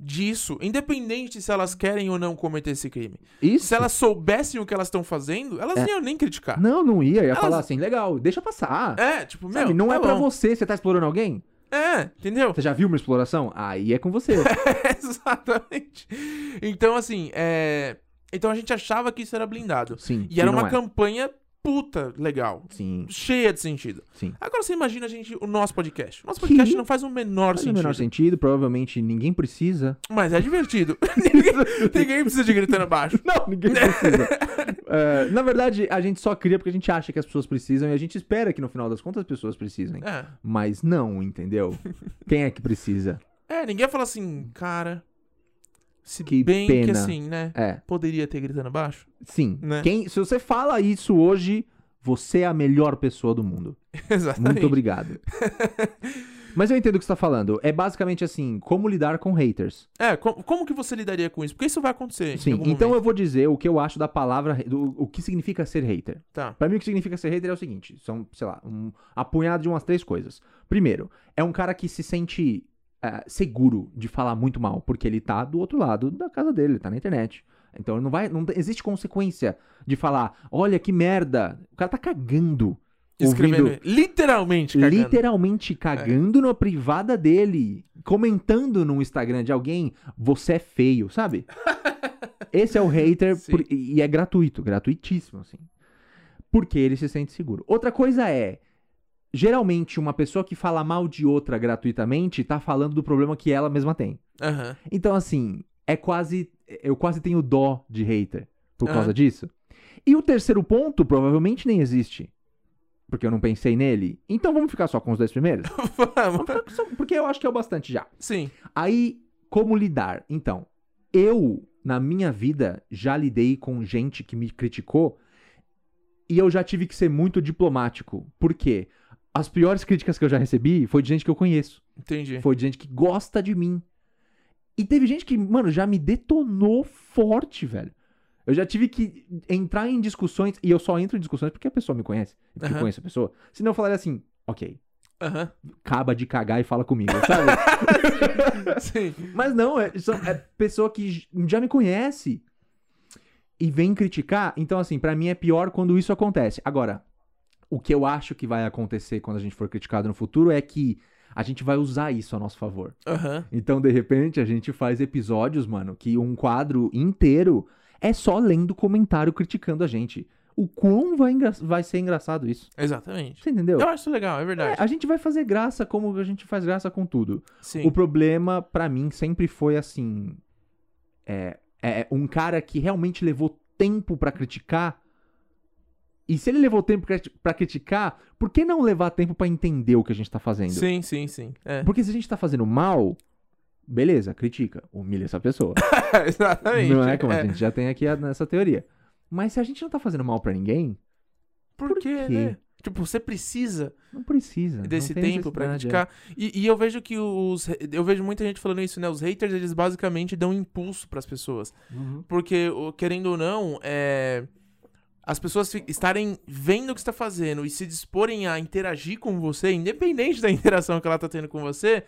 disso, independente se elas querem ou não cometer esse crime, Isso. se elas soubessem o que elas estão fazendo, elas não iam nem criticar. É. Não, não ia. Ia Elas- falar assim, legal, deixa passar. É, tipo, meu, Sabe, não tá é pra bom. você, você tá explorando alguém? É, entendeu? Você já viu uma exploração? Aí é com você. Exatamente. Então, assim, é... Então a gente achava que isso era blindado. Sim. E era não uma é. campanha puta legal. Sim, Cheia de sentido. sim. Agora você imagina a gente, o nosso podcast. O nosso Que? podcast não faz o menor Faz o sentido. menor sentido, provavelmente ninguém precisa. Mas é divertido. ninguém, ninguém precisa de gritando baixo. Não, ninguém precisa. É, na verdade, a gente só cria porque a gente acha que as pessoas precisam e a gente espera que no final das contas as pessoas precisem. É. Mas não, entendeu? Quem é que precisa? É, ninguém fala assim, cara. Se Que bem que pena. assim, né? É, Poderia ter gritando abaixo. sim. Né? Quem, se você fala isso hoje, você é a melhor pessoa do mundo. Exatamente. Muito obrigado. Mas eu entendo o que você tá falando. É basicamente assim, como lidar com haters. É, co- como que você lidaria com isso? Porque isso vai acontecer. Sim, então eu vou dizer o que eu acho da palavra, do, o que significa ser hater. Tá. Pra mim, o que significa ser hater é o seguinte: são, sei lá, um apunhado de umas três coisas. Primeiro, é um cara que se sente eh, seguro de falar muito mal, porque ele tá do outro lado da casa dele, ele tá na internet. Então não vai. Não tem- existe consequência de falar, olha que merda. O cara tá cagando. Escrevendo. ouvindo- Literalmente, cagando. É. Literalmente cagando na privada dele, comentando no Instagram de alguém, você é feio, sabe? Esse é o hater Sim. por- e é gratuito, gratuitíssimo, assim. Porque ele se sente seguro. Outra coisa é, geralmente uma pessoa que fala mal de outra gratuitamente tá falando do problema que ela mesma tem. Aham. Então, assim, é quase. Eu quase tenho dó de hater por Aham. causa disso. E o terceiro ponto provavelmente nem existe. Porque eu não pensei nele. Então vamos ficar só com os dois primeiros? Vamos. Vamos ficar só- porque eu acho que é o bastante já. Sim. Aí, como lidar? Então, eu, na minha vida, já lidei com gente que me criticou e eu já tive que ser muito diplomático. Por quê? As piores críticas que eu já recebi foi de gente que eu conheço. Entendi. Foi de gente que gosta de mim. E teve gente que, mano, já me detonou forte, velho. Eu já tive que entrar em discussões, e eu só entro em discussões porque a pessoa me conhece, e porque Aham. eu conheço a pessoa. Senão eu falaria assim, ok, Aham. acaba de cagar e fala comigo, sabe? Sim. Mas não, é, são- é pessoa que j- já me conhece e vem criticar. Então, assim, pra mim é pior quando isso acontece. Agora, o que eu acho que vai acontecer quando a gente for criticado no futuro é que a gente vai usar isso a nosso favor. Aham. Então, de repente, a gente faz episódios, mano, que um quadro inteiro é só lendo comentário criticando a gente. O quão vai, engra- vai ser engraçado isso? Exatamente. Você entendeu? Eu acho isso legal, é É, verdade. a gente vai fazer graça como a gente faz graça com tudo. Sim. É. O problema, pra mim, sempre foi assim. É, é um cara que realmente levou tempo pra criticar. E se ele levou tempo criti- pra criticar, por que não levar tempo pra entender o que a gente tá fazendo? Sim, sim, sim. É. Porque se a gente tá fazendo mal, beleza, critica, humilha essa pessoa. Exatamente. Não é como a gente já tem aqui a- nessa teoria. Mas se a gente não tá fazendo mal pra ninguém, Por Por quê, quê? né? Tipo, você precisa não precisa. não desse tem tempo pra necessidade, é. criticar. E, e eu vejo que os. Eu vejo muita gente falando isso, né? Os haters, eles basicamente dão impulso pras pessoas. é. Porque, o- querendo ou não, é. as pessoas fi- estarem vendo o que você tá fazendo e se disporem a interagir com você, independente da interação que ela tá tendo com você,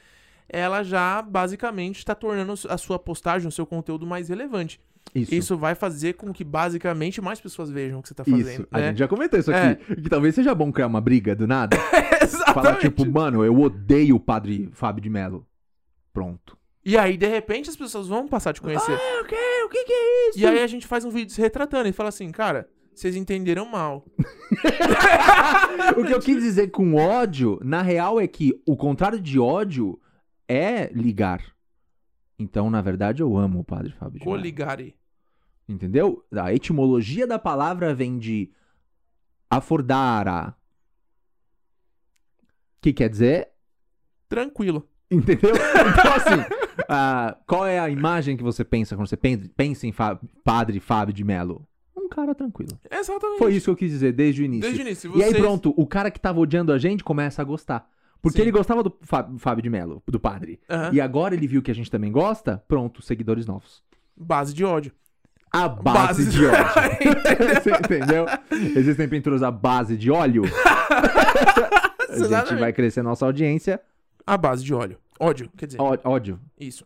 ela já basicamente está tornando a sua postagem, o seu conteúdo mais relevante. é. Isso. Isso, vai fazer com que basicamente mais pessoas vejam o que você tá fazendo. Isso, a né? gente já comentou isso aqui. Que talvez seja bom criar uma briga do nada. Exatamente. Falar tipo, mano, eu odeio o padre Fábio de Mello. Pronto. E aí, de repente, as pessoas vão passar a te conhecer. o que? O que, é e aí a gente faz um vídeo se retratando e fala assim, cara, vocês entenderam mal. O que eu quis dizer com ódio, na real, é que o contrário de ódio é ligar. Então, na verdade, eu amo o padre Fábio de Mello. Coligare. Entendeu? A etimologia da palavra vem de afordara. Que quer dizer Tranquilo. Entendeu? Então, assim, ah, qual é a imagem que você pensa quando você pen- pensa em Fá- Padre Fábio de Mello? Um cara tranquilo. Exatamente. Foi isso que eu quis dizer desde o início. É Desde o início. E aí, vocês- pronto, o cara que tava odiando a gente começa a gostar. Porque Sim. Ah. ele gostava do Fá- Fábio de Mello, do padre. Aham. E agora ele viu que a gente também gosta, pronto, seguidores novos. Base de ódio. A base, Base- de óleo. Você entendeu? Existem pinturas à base de óleo. a gente Exatamente. vai crescer nossa audiência. A base de óleo. Ódio, quer dizer, Ó- É. ódio. isso.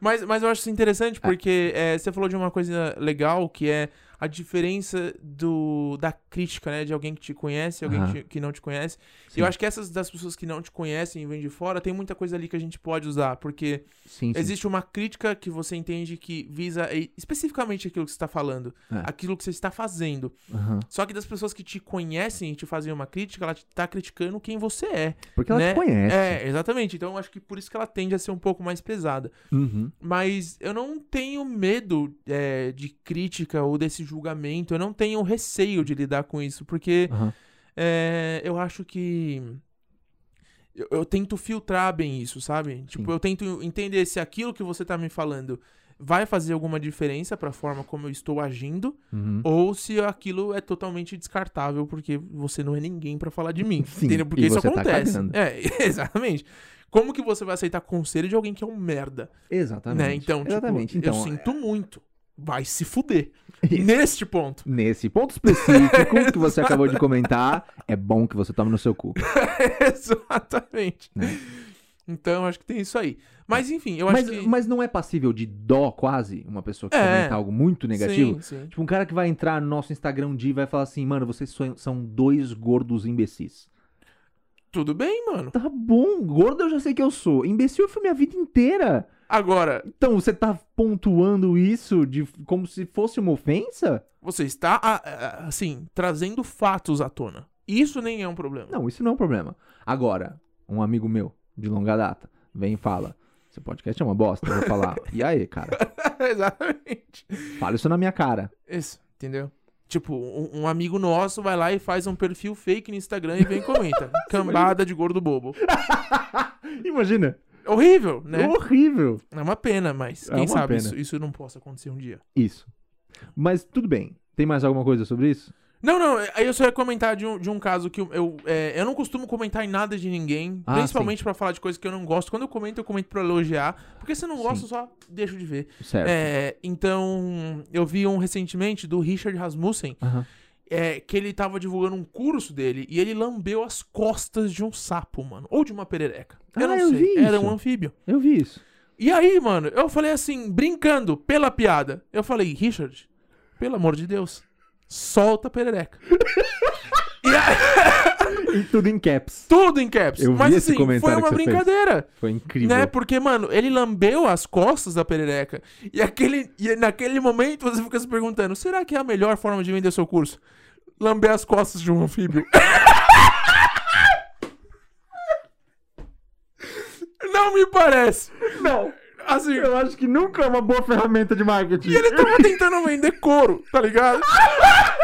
Mas, mas eu acho isso interessante porque eh, você falou de uma coisa legal que é a diferença do, da crítica, né? De alguém que te conhece e alguém Aham. que, te- que não te conhece. Sim. Eu acho que essas das pessoas que não te conhecem e vêm de fora, tem muita coisa ali que a gente pode usar. Porque Sim, sim. Existe uma crítica que você entende que visa e- especificamente aquilo que você está falando, É. aquilo que você está fazendo. Aham. Só que das pessoas que te conhecem e te fazem uma crítica, ela está criticando quem você é. Porque ela né? te conhece. É, exatamente. Então eu acho que por isso que ela tende a ser um pouco mais pesada. Uhum. Mas eu não tenho medo é, de crítica ou desse julgamento. Eu não tenho receio de lidar com isso, porque Aham. é, eu acho que. Eu, eu tento filtrar bem isso, sabe? Tipo, eu tento entender se aquilo que você tá me falando vai fazer alguma diferença pra forma como eu estou agindo, Uhum. ou se aquilo é totalmente descartável, porque você não é ninguém pra falar de mim. Sim, entendeu? Porque e isso você tá acontece. cagando. é, exatamente. Como que você vai aceitar conselho de alguém que é um merda? Exatamente. Né? Então, tipo, Exatamente. eu Então, sinto muito. Vai se fuder. Neste ponto. nesse ponto específico que você acabou de comentar, é bom que você tome no seu cu. Exatamente. Né? É. Então, acho que tem isso aí. Mas, enfim, eu Mas, acho que... mas não é passível de dó, quase, uma pessoa que É. comenta algo muito negativo? Sim, sim. Tipo, um cara que vai entrar no nosso Instagram um dia e vai falar assim, mano, vocês sonham- são dois gordos imbecis. Tudo bem, mano. Tá bom, gordo eu já sei que eu sou. Imbecil eu fui minha vida inteira. Agora, Então, você tá pontuando isso de como se fosse uma ofensa? você está, a- a- assim, trazendo fatos à tona. Isso nem é um problema. Não, isso não é um problema. Agora, um amigo meu, de longa data, vem e fala: seu podcast é uma bosta, eu vou falar. E aí, cara? Exatamente. Fala isso na minha cara. Isso, entendeu? Tipo, um, um amigo nosso vai lá e faz um perfil fake no Instagram e vem e comenta. Cambada de gordo bobo. Imagina, Horrível, é né? horrível. É uma pena, mas É quem uma sabe pena. isso, isso não possa acontecer um dia. Isso. Mas tudo bem. Tem mais alguma coisa sobre isso? Não, não, é, aí eu só ia comentar de um, de um caso que eu, eu, é, eu não costumo comentar em nada de ninguém, Ah, principalmente pra falar de coisas que eu não gosto. Quando eu comento, eu comento pra elogiar, porque se eu não gosto, eu só deixo de ver. Certo. É, então, eu vi um recentemente do Richard Rasmussen, Aham. é, que ele tava divulgando um curso dele e ele lambeu as costas de um sapo, mano, ou de uma perereca. Eu Ah, não eu sei, vi era isso. um anfíbio. Eu vi isso. E aí, mano, eu falei assim, brincando, pela piada. Eu falei, Richard, pelo amor de Deus, solta a perereca. E tudo em caps. Tudo em caps. Eu vi Mas esse assim, foi comentário uma que você brincadeira. Foi incrível. Né? Porque, mano, ele lambeu as costas da perereca. E, aquele, e naquele momento você fica se perguntando: será que é a melhor forma de vender seu curso? Lamber as costas de um anfíbio. Não me parece. Não. Assim, Eu acho que nunca é uma boa ferramenta de marketing. E ele tava tentando vender couro, tá ligado?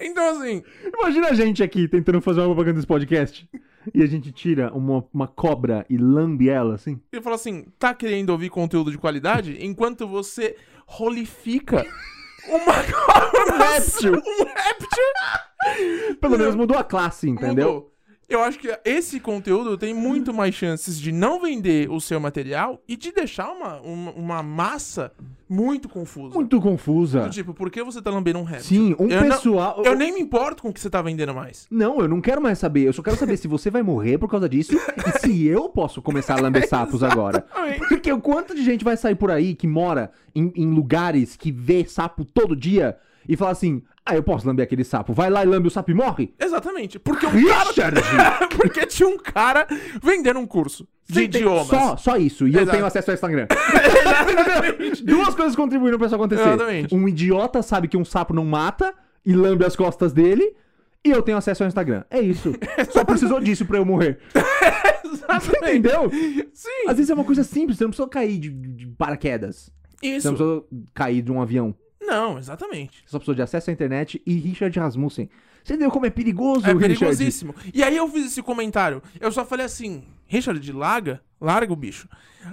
Então, assim, Imagina a gente aqui tentando fazer uma propaganda desse podcast. E a gente tira uma, uma cobra e lambe ela, assim. ele falou assim: tá querendo ouvir conteúdo de qualidade? Enquanto você rolifica uma cobra. réptil. Um réptil. Pelo menos mudou a classe, entendeu? Mudou. Eu acho que esse conteúdo tem muito mais chances de não vender o seu material e de deixar uma, uma, uma massa muito confusa. Muito confusa. Do Tipo, por que você tá lambendo um rap? Sim, um Eu não- pessoal. Eu nem me importo com o que você tá vendendo mais. Não, eu não quero mais saber. Eu só quero saber se você vai morrer por causa disso e se eu posso começar a lamber sapos agora. Porque o quanto de gente vai sair por aí que mora em, em lugares que vê sapo todo dia e fala assim: ah, eu posso lamber aquele sapo. Vai lá e lambe o sapo e morre? Exatamente. Porque, um cara- Richard! porque tinha um cara vendendo um curso de Sim, tem- idiomas. Só, só isso. E eu Exato. tenho acesso ao Instagram. Duas coisas contribuíram pra isso acontecer. Exatamente. Um idiota sabe que um sapo não mata e lambe as costas dele. E eu tenho acesso ao Instagram. É isso. Só precisou disso pra eu morrer. Você Exatamente. entendeu? Sim. Às vezes é uma coisa simples, você não precisa cair de, de paraquedas. Você Isso. não precisa cair de um avião. Não, exatamente. Você só precisa de acesso à internet e Richard Rasmussen. Você entendeu como é perigoso, É Richard? perigosíssimo. E aí eu fiz esse comentário. Eu só falei assim, Richard, larga, larga o bicho.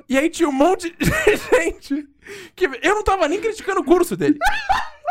E aí tinha um monte de gente que eu não tava nem criticando o curso dele.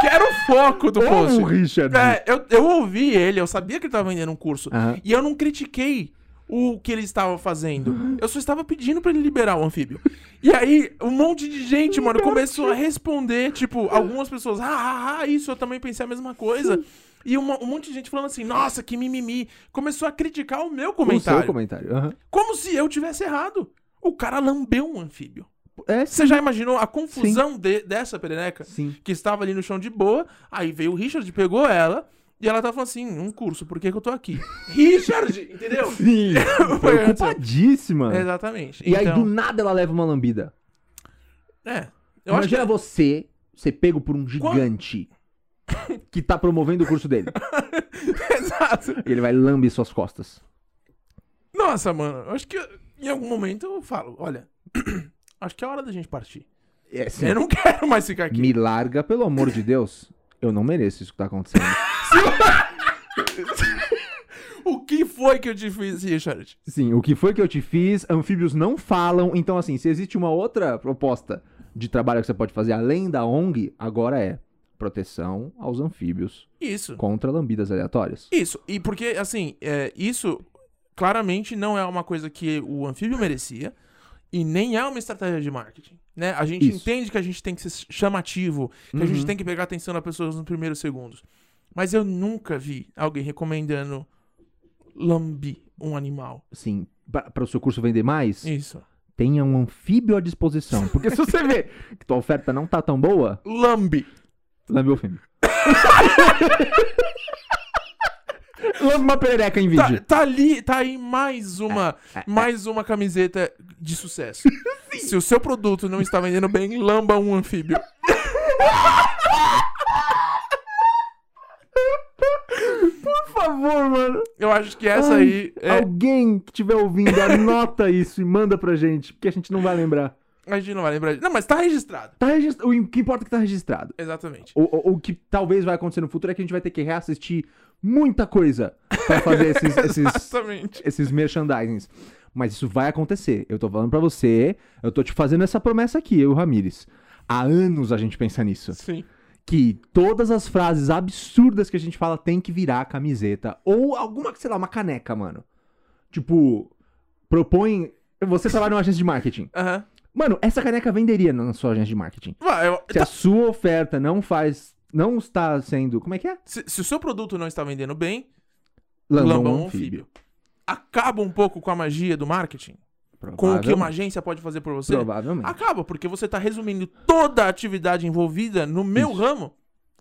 que era o foco do post. Como, Richard? É, eu, eu ouvi ele, eu sabia que ele tava vendendo um curso. Aham. E eu não critiquei o que ele estava fazendo. Eu só estava pedindo pra ele liberar o anfíbio. E aí, um monte de gente, mano, começou a responder, tipo, algumas pessoas, ah, ah, ah, isso, eu também pensei a mesma coisa. E uma- um monte de gente falando assim, nossa, que mimimi. Começou a criticar o meu O seu comentário. comentário. aham. Como se eu tivesse errado. O cara lambeu um anfíbio. É, Você já imaginou a confusão de- dessa perereca? sim. que estava ali no chão de boa. Aí veio o Richard, pegou ela. E ela tava falando assim, um curso, por que, que eu tô aqui? Richard, entendeu? Sim. Preocupadíssima. Exatamente. É. E aí, Então, do nada, ela leva uma lambida. É. Eu acho que Imagina você ser pego por um gigante que tá promovendo o curso dele. Exato. E ele vai lamber suas costas. Nossa, mano. Eu acho que em algum momento eu falo, olha, acho que é hora da gente partir. É, sim. Eu não quero mais ficar aqui. Me larga, pelo amor de Deus. Eu não mereço isso que tá acontecendo. O que foi que eu te fiz, Richard? Sim, o que foi que eu te fiz? Anfíbios não falam. Então, assim, se existe uma outra proposta de trabalho que você pode fazer além da ONG, agora é proteção aos anfíbios Isso. contra lambidas aleatórias. Isso. E porque, assim, é, isso claramente não é uma coisa que o anfíbio merecia e nem é uma estratégia de marketing. Né? A gente Isso. Uhum. entende que a gente tem que ser chamativo, que a gente tem que pegar a atenção das pessoas nos primeiros segundos. Mas eu nunca vi alguém recomendando lambi um animal. Sim, para o seu curso vender mais, Isso. tenha um anfíbio à disposição. Porque se você vê que tua oferta não tá tão boa, Lambi. lambe o filme. Lambe uma perereca em vídeo. Tá, tá ali, tá aí mais uma, É, mais uma camiseta de sucesso. Se o seu produto não está vendendo bem, lamba um anfíbio. Tá, Por favor, mano. Eu acho que essa Ai, aí é, Alguém que estiver ouvindo, anota isso e manda pra gente, porque a gente não vai lembrar. A gente não vai lembrar. disso. Não, mas tá registrado. Tá regist- O que importa é que tá registrado. Exatamente. O, o- o que talvez vai acontecer no futuro é que a gente vai ter que reassistir muita coisa pra fazer esses, esses, Exatamente. esses merchandisings. Mas isso vai acontecer. Eu tô falando pra você, eu tô te fazendo essa promessa aqui, eu, Ramires. Há anos a gente pensa nisso. Sim. Que todas as frases absurdas que a gente fala tem que virar camiseta. Ou alguma, sei lá, uma caneca, mano. Tipo, propõe. Você trabalha numa agência de marketing. Aham. Mano, essa caneca venderia na sua agência de marketing. Vai, eu- Se a sua oferta não faz. Não está sendo. Como é que é? se, se o seu produto não está vendendo bem, Lambão, é lamba um anfíbio. anfíbio. Acaba um pouco com a magia do marketing? Com o que uma agência pode fazer por você? Provavelmente. Acaba, porque você tá resumindo toda a atividade envolvida no meu ramo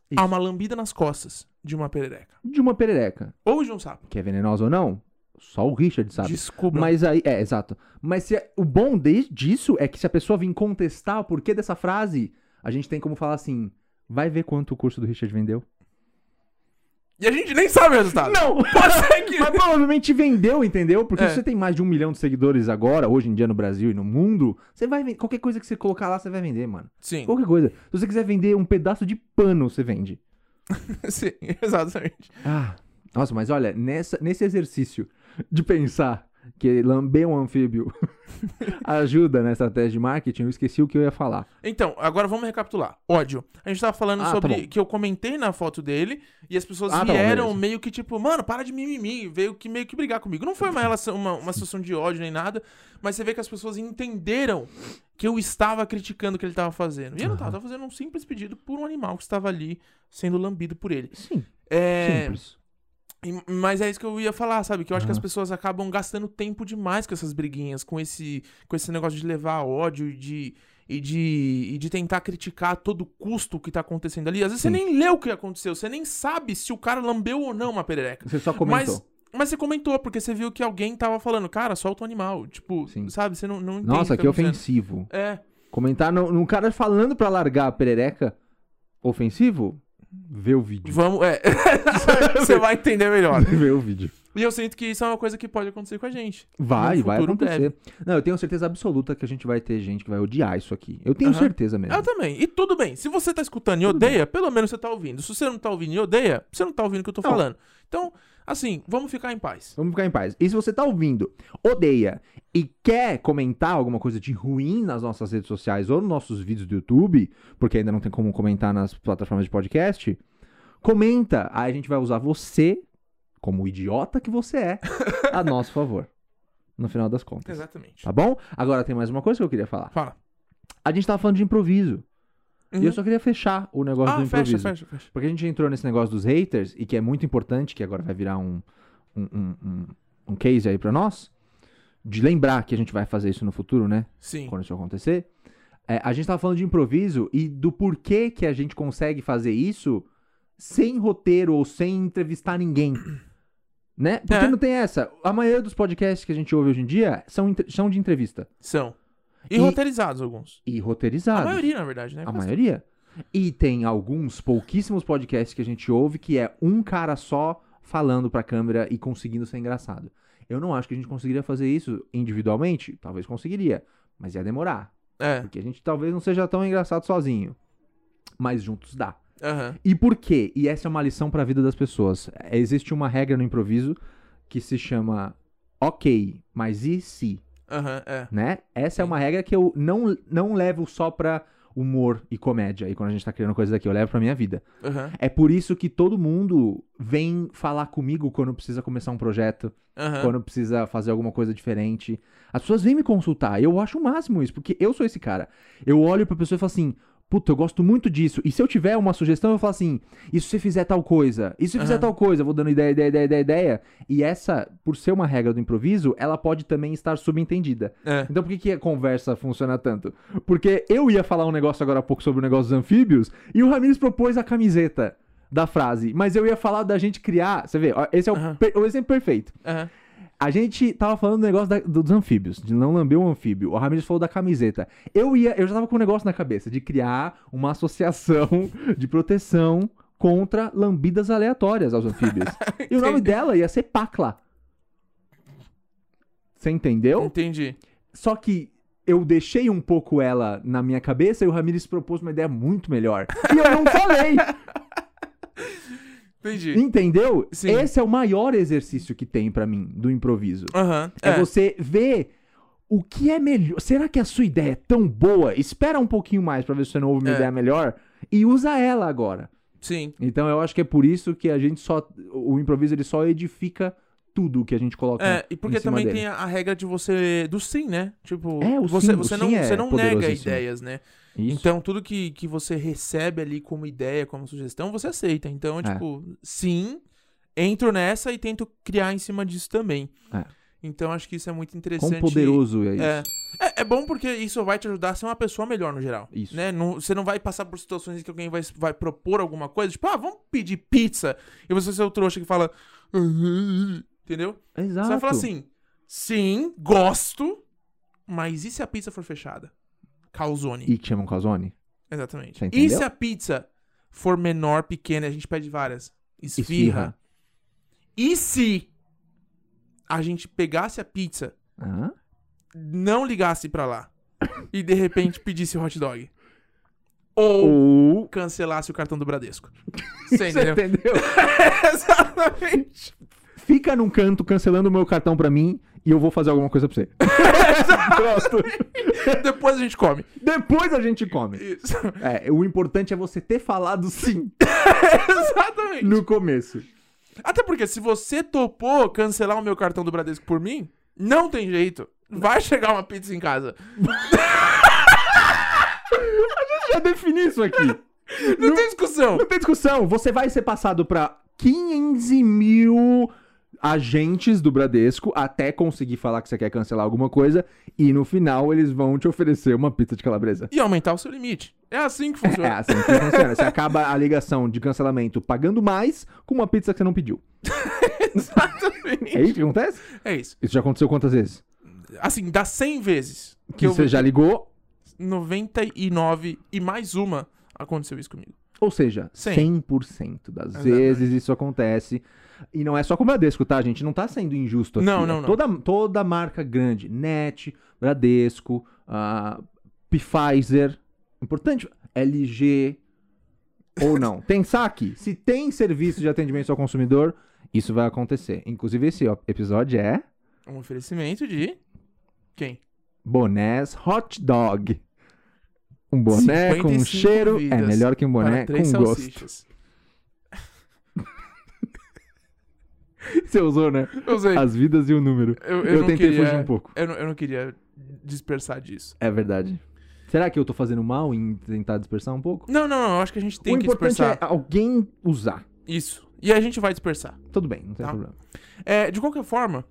Isso. a uma lambida nas costas de uma perereca. De uma perereca. Ou de um sapo. Que é venenosa ou não? Só o Richard sabe. Descubra. Tá Mas aí, é, exato. Mas se, é, o bom de- disso é que se a pessoa vir contestar o porquê dessa frase, a gente tem como falar assim: vai ver quanto o curso do Richard vendeu? E a gente nem sabe o resultado. Não! Pode ser que... Mas provavelmente vendeu, entendeu? Porque É. se você tem mais de um milhão de seguidores agora, hoje em dia no Brasil e no mundo, você vai vender. Qualquer coisa que você colocar lá, você vai vender, mano. Sim. Qualquer coisa. Se você quiser vender um pedaço de pano, você vende. Sim, exatamente. Ah, nossa, mas olha, nessa, nesse exercício de pensar que lambeu um anfíbio ajuda na estratégia de marketing, eu esqueci o que eu ia falar. Então, agora vamos recapitular. Ódio. A gente tava falando Ah, tá sobre bom. que eu comentei na foto dele e as pessoas Ah, tá bom, vieram beleza. meio que tipo, mano, para de mimimi. Veio que meio que brigar comigo. Não foi uma relação, uma, uma situação de ódio nem nada, mas você vê que as pessoas entenderam que eu estava criticando o que ele tava fazendo. E eu não tava, tava fazendo um simples pedido por um animal que estava ali sendo lambido por ele. Sim, É, simples. e- Mas é isso que eu ia falar, sabe? Que eu acho que as Aham. pessoas acabam gastando tempo demais com essas briguinhas, com esse, com esse negócio de levar ódio e de, e de, e de tentar criticar a todo custo o que tá acontecendo ali. Às vezes Sim. você nem leu o que aconteceu, você nem sabe se o cara lambeu ou não uma perereca. Você só comentou. Mas, mas você comentou, porque você viu que alguém tava falando, cara, solta o animal. Tipo, Sim. sabe? Você não, não entende. Nossa, o que tá acontecendo. ofensivo. É, Comentar no, num cara falando pra largar a perereca ofensivo? Vê o vídeo. vamos. É. você vai entender melhor. Vê o vídeo. E eu sinto que isso é uma coisa que pode acontecer com a gente. Vai, No vai futuro acontecer. Não, eu tenho certeza absoluta que a gente vai ter gente que vai odiar isso aqui. Eu tenho Aham. certeza mesmo. Eu também. E tudo bem. Se você tá escutando e Tudo odeia, pelo menos você tá ouvindo. Se você não tá ouvindo e odeia, você não tá ouvindo o que eu tô Não. falando. Então, assim, vamos ficar em paz. Vamos ficar em paz. E se você tá ouvindo, odeia e quer comentar alguma coisa de ruim nas nossas redes sociais ou nos nossos vídeos do YouTube, porque ainda não tem como comentar nas plataformas de podcast, comenta. Aí a gente vai usar você, como o idiota que você é, a nosso favor. No final das contas. Exatamente. Tá bom? Agora tem mais uma coisa que eu queria falar. Fala. A gente tava falando de improviso. E eu Uhum. só queria fechar o negócio do Ah, improviso. fecha, fecha, fecha. Porque a gente entrou nesse negócio dos haters, e que é muito importante, que agora vai virar um, um, um, um- um case aí pra nós, de lembrar que a gente vai fazer isso no futuro, né? Sim. Quando isso acontecer. É, a gente tava falando de improviso e do porquê que a gente consegue fazer isso sem roteiro ou sem entrevistar ninguém. Né? Porque É. não tem essa. A maioria dos podcasts que a gente ouve hoje em dia são, entre- são de entrevista. São. E, E- roteirizados alguns. E A roteirizados. maioria, na verdade, né? A Quase- maioria. E tem alguns, pouquíssimos podcasts que a gente ouve que é um cara só falando pra câmera e conseguindo ser engraçado. Eu não acho que a gente conseguiria fazer isso individualmente. Talvez conseguiria, mas ia demorar. É. Porque a gente talvez não seja tão engraçado sozinho. Mas juntos dá. Aham. E por quê? E essa é uma lição pra vida das pessoas. É, Existe uma regra no improviso que se chama ok, mas e se? Aham, é. né? Essa é Sim. uma regra que eu não, não levo só pra humor e comédia. E quando a gente tá criando coisas aqui, eu levo pra minha vida. Aham. É por isso que todo mundo vem falar comigo quando precisa começar um projeto, Aham. quando precisa fazer alguma coisa diferente. As pessoas vêm me consultar. Eu acho o máximo isso, porque eu sou esse cara. Eu olho pra pessoa e falo assim. Puta, eu gosto muito disso. E se eu tiver uma sugestão, eu falo assim: e se você fizer tal coisa? E se eu fizer Aham. tal coisa? Eu Vou dando ideia, ideia, ideia, ideia, ideia. E essa, por ser uma regra do improviso, ela pode também estar subentendida. É. Então por que, que a conversa funciona tanto? Porque eu ia falar um negócio agora há pouco sobre o negócio dos anfíbios e o Ramires propôs a camiseta da frase. Mas eu ia falar da gente criar. Você vê, ó, esse é o, Aham. per- o exemplo perfeito. Aham. A gente tava falando do negócio da- do- dos anfíbios, de não lamber um anfíbio. O Ramires falou da camiseta. Eu ia, eu já tava com um negócio na cabeça de criar uma associação de proteção contra lambidas aleatórias aos anfíbios. e o nome Entendi. dela ia ser Pacla. Você entendeu? Entendi. Só que eu deixei um pouco ela na minha cabeça e o Ramires propôs uma ideia muito melhor. E eu não falei, Entendi. entendeu? Sim. Esse é o maior exercício que tem pra mim do improviso. Aham. É. É. você ver o que é melhor. Será que a sua ideia é tão boa? Espera um pouquinho mais pra ver se você não ouve uma É. ideia melhor e usa ela agora. Sim. Então eu acho que é por isso que a gente só o improviso ele só edifica tudo que a gente coloca. É, e porque em cima também dele. tem a, a regra de você. do sim, né? Tipo, É, o você, sim, o você sim não, é você não nega poderosíssimo. ideias, né? Isso. Então, tudo que, que você recebe ali como ideia, como sugestão, você aceita. Então, é É. tipo, sim, entro nessa e tento criar em cima disso também. É. Então, acho que isso é muito interessante. Quão poderoso é isso? é. É, é bom porque isso vai te ajudar a ser uma pessoa melhor no geral. Isso. Né? Não- você não vai passar por situações em que alguém vai, vai propor alguma coisa, tipo, ah, vamos pedir pizza. E você ser o trouxa que fala. "Ah", Entendeu? Exato. Você vai falar assim: sim, gosto, mas e se a pizza for fechada? Calzone. E que chamam Calzone? Exatamente. Você E entendeu? se a pizza for menor, pequena, a gente pede várias? Esfirra. Esfirra. E se a gente pegasse a pizza, Hã? não ligasse pra lá e de repente pedisse hot dog? Ou Ou. cancelasse o cartão do Bradesco? Você Você entendeu? entendeu? Exatamente. fica num canto cancelando o meu cartão pra mim e eu vou fazer alguma coisa pra você. Pronto. Depois a gente come. Depois a gente come. Isso. É, o importante é você ter falado sim Exatamente. no começo. Até porque se você topou cancelar o meu cartão do Bradesco por mim, não tem jeito. Vai chegar uma pizza em casa. Já defini isso aqui. Não, tem discussão. Não tem discussão. Você vai ser passado pra 15 mil agentes do Bradesco até conseguir falar que você quer cancelar alguma coisa e no final eles vão te oferecer uma pizza de calabresa. E aumentar o seu limite. É assim que É funciona. assim que funciona. Você acaba a ligação de cancelamento pagando mais com uma pizza que você não pediu. Exatamente. É isso que acontece? É isso. Isso já aconteceu quantas vezes? Assim, dá 100 vezes. Que eu- você já ligou, 99 e mais uma aconteceu isso comigo. ou seja, Cem. 100% das Exatamente. vezes isso acontece. E não é só com o Bradesco, tá, gente? Não tá sendo injusto aqui. Não, É não, não. Toda, toda marca grande, NET, Bradesco, ah, Pfizer, importante, LG, ou não. Tem saque? Se tem serviço de atendimento ao consumidor, isso vai acontecer. Inclusive, esse ó, episódio é Um oferecimento de. Quem? bonés hot dog. Um boné com 55 cheiro é vidas melhor que um boné Para com três gosto. salsichas. Você usou, né? Eu sei. As vidas e o número. Eu, eu não Eu tentei queria, fugir um pouco. Eu não, eu não queria dispersar disso. É verdade. Será que eu tô fazendo mal em tentar dispersar um pouco? Não, não, não. Eu acho que a gente tem o que importante dispersar. é alguém usar. Isso. E a gente vai dispersar. Tudo bem, não tem Tá. problema. É, de qualquer forma,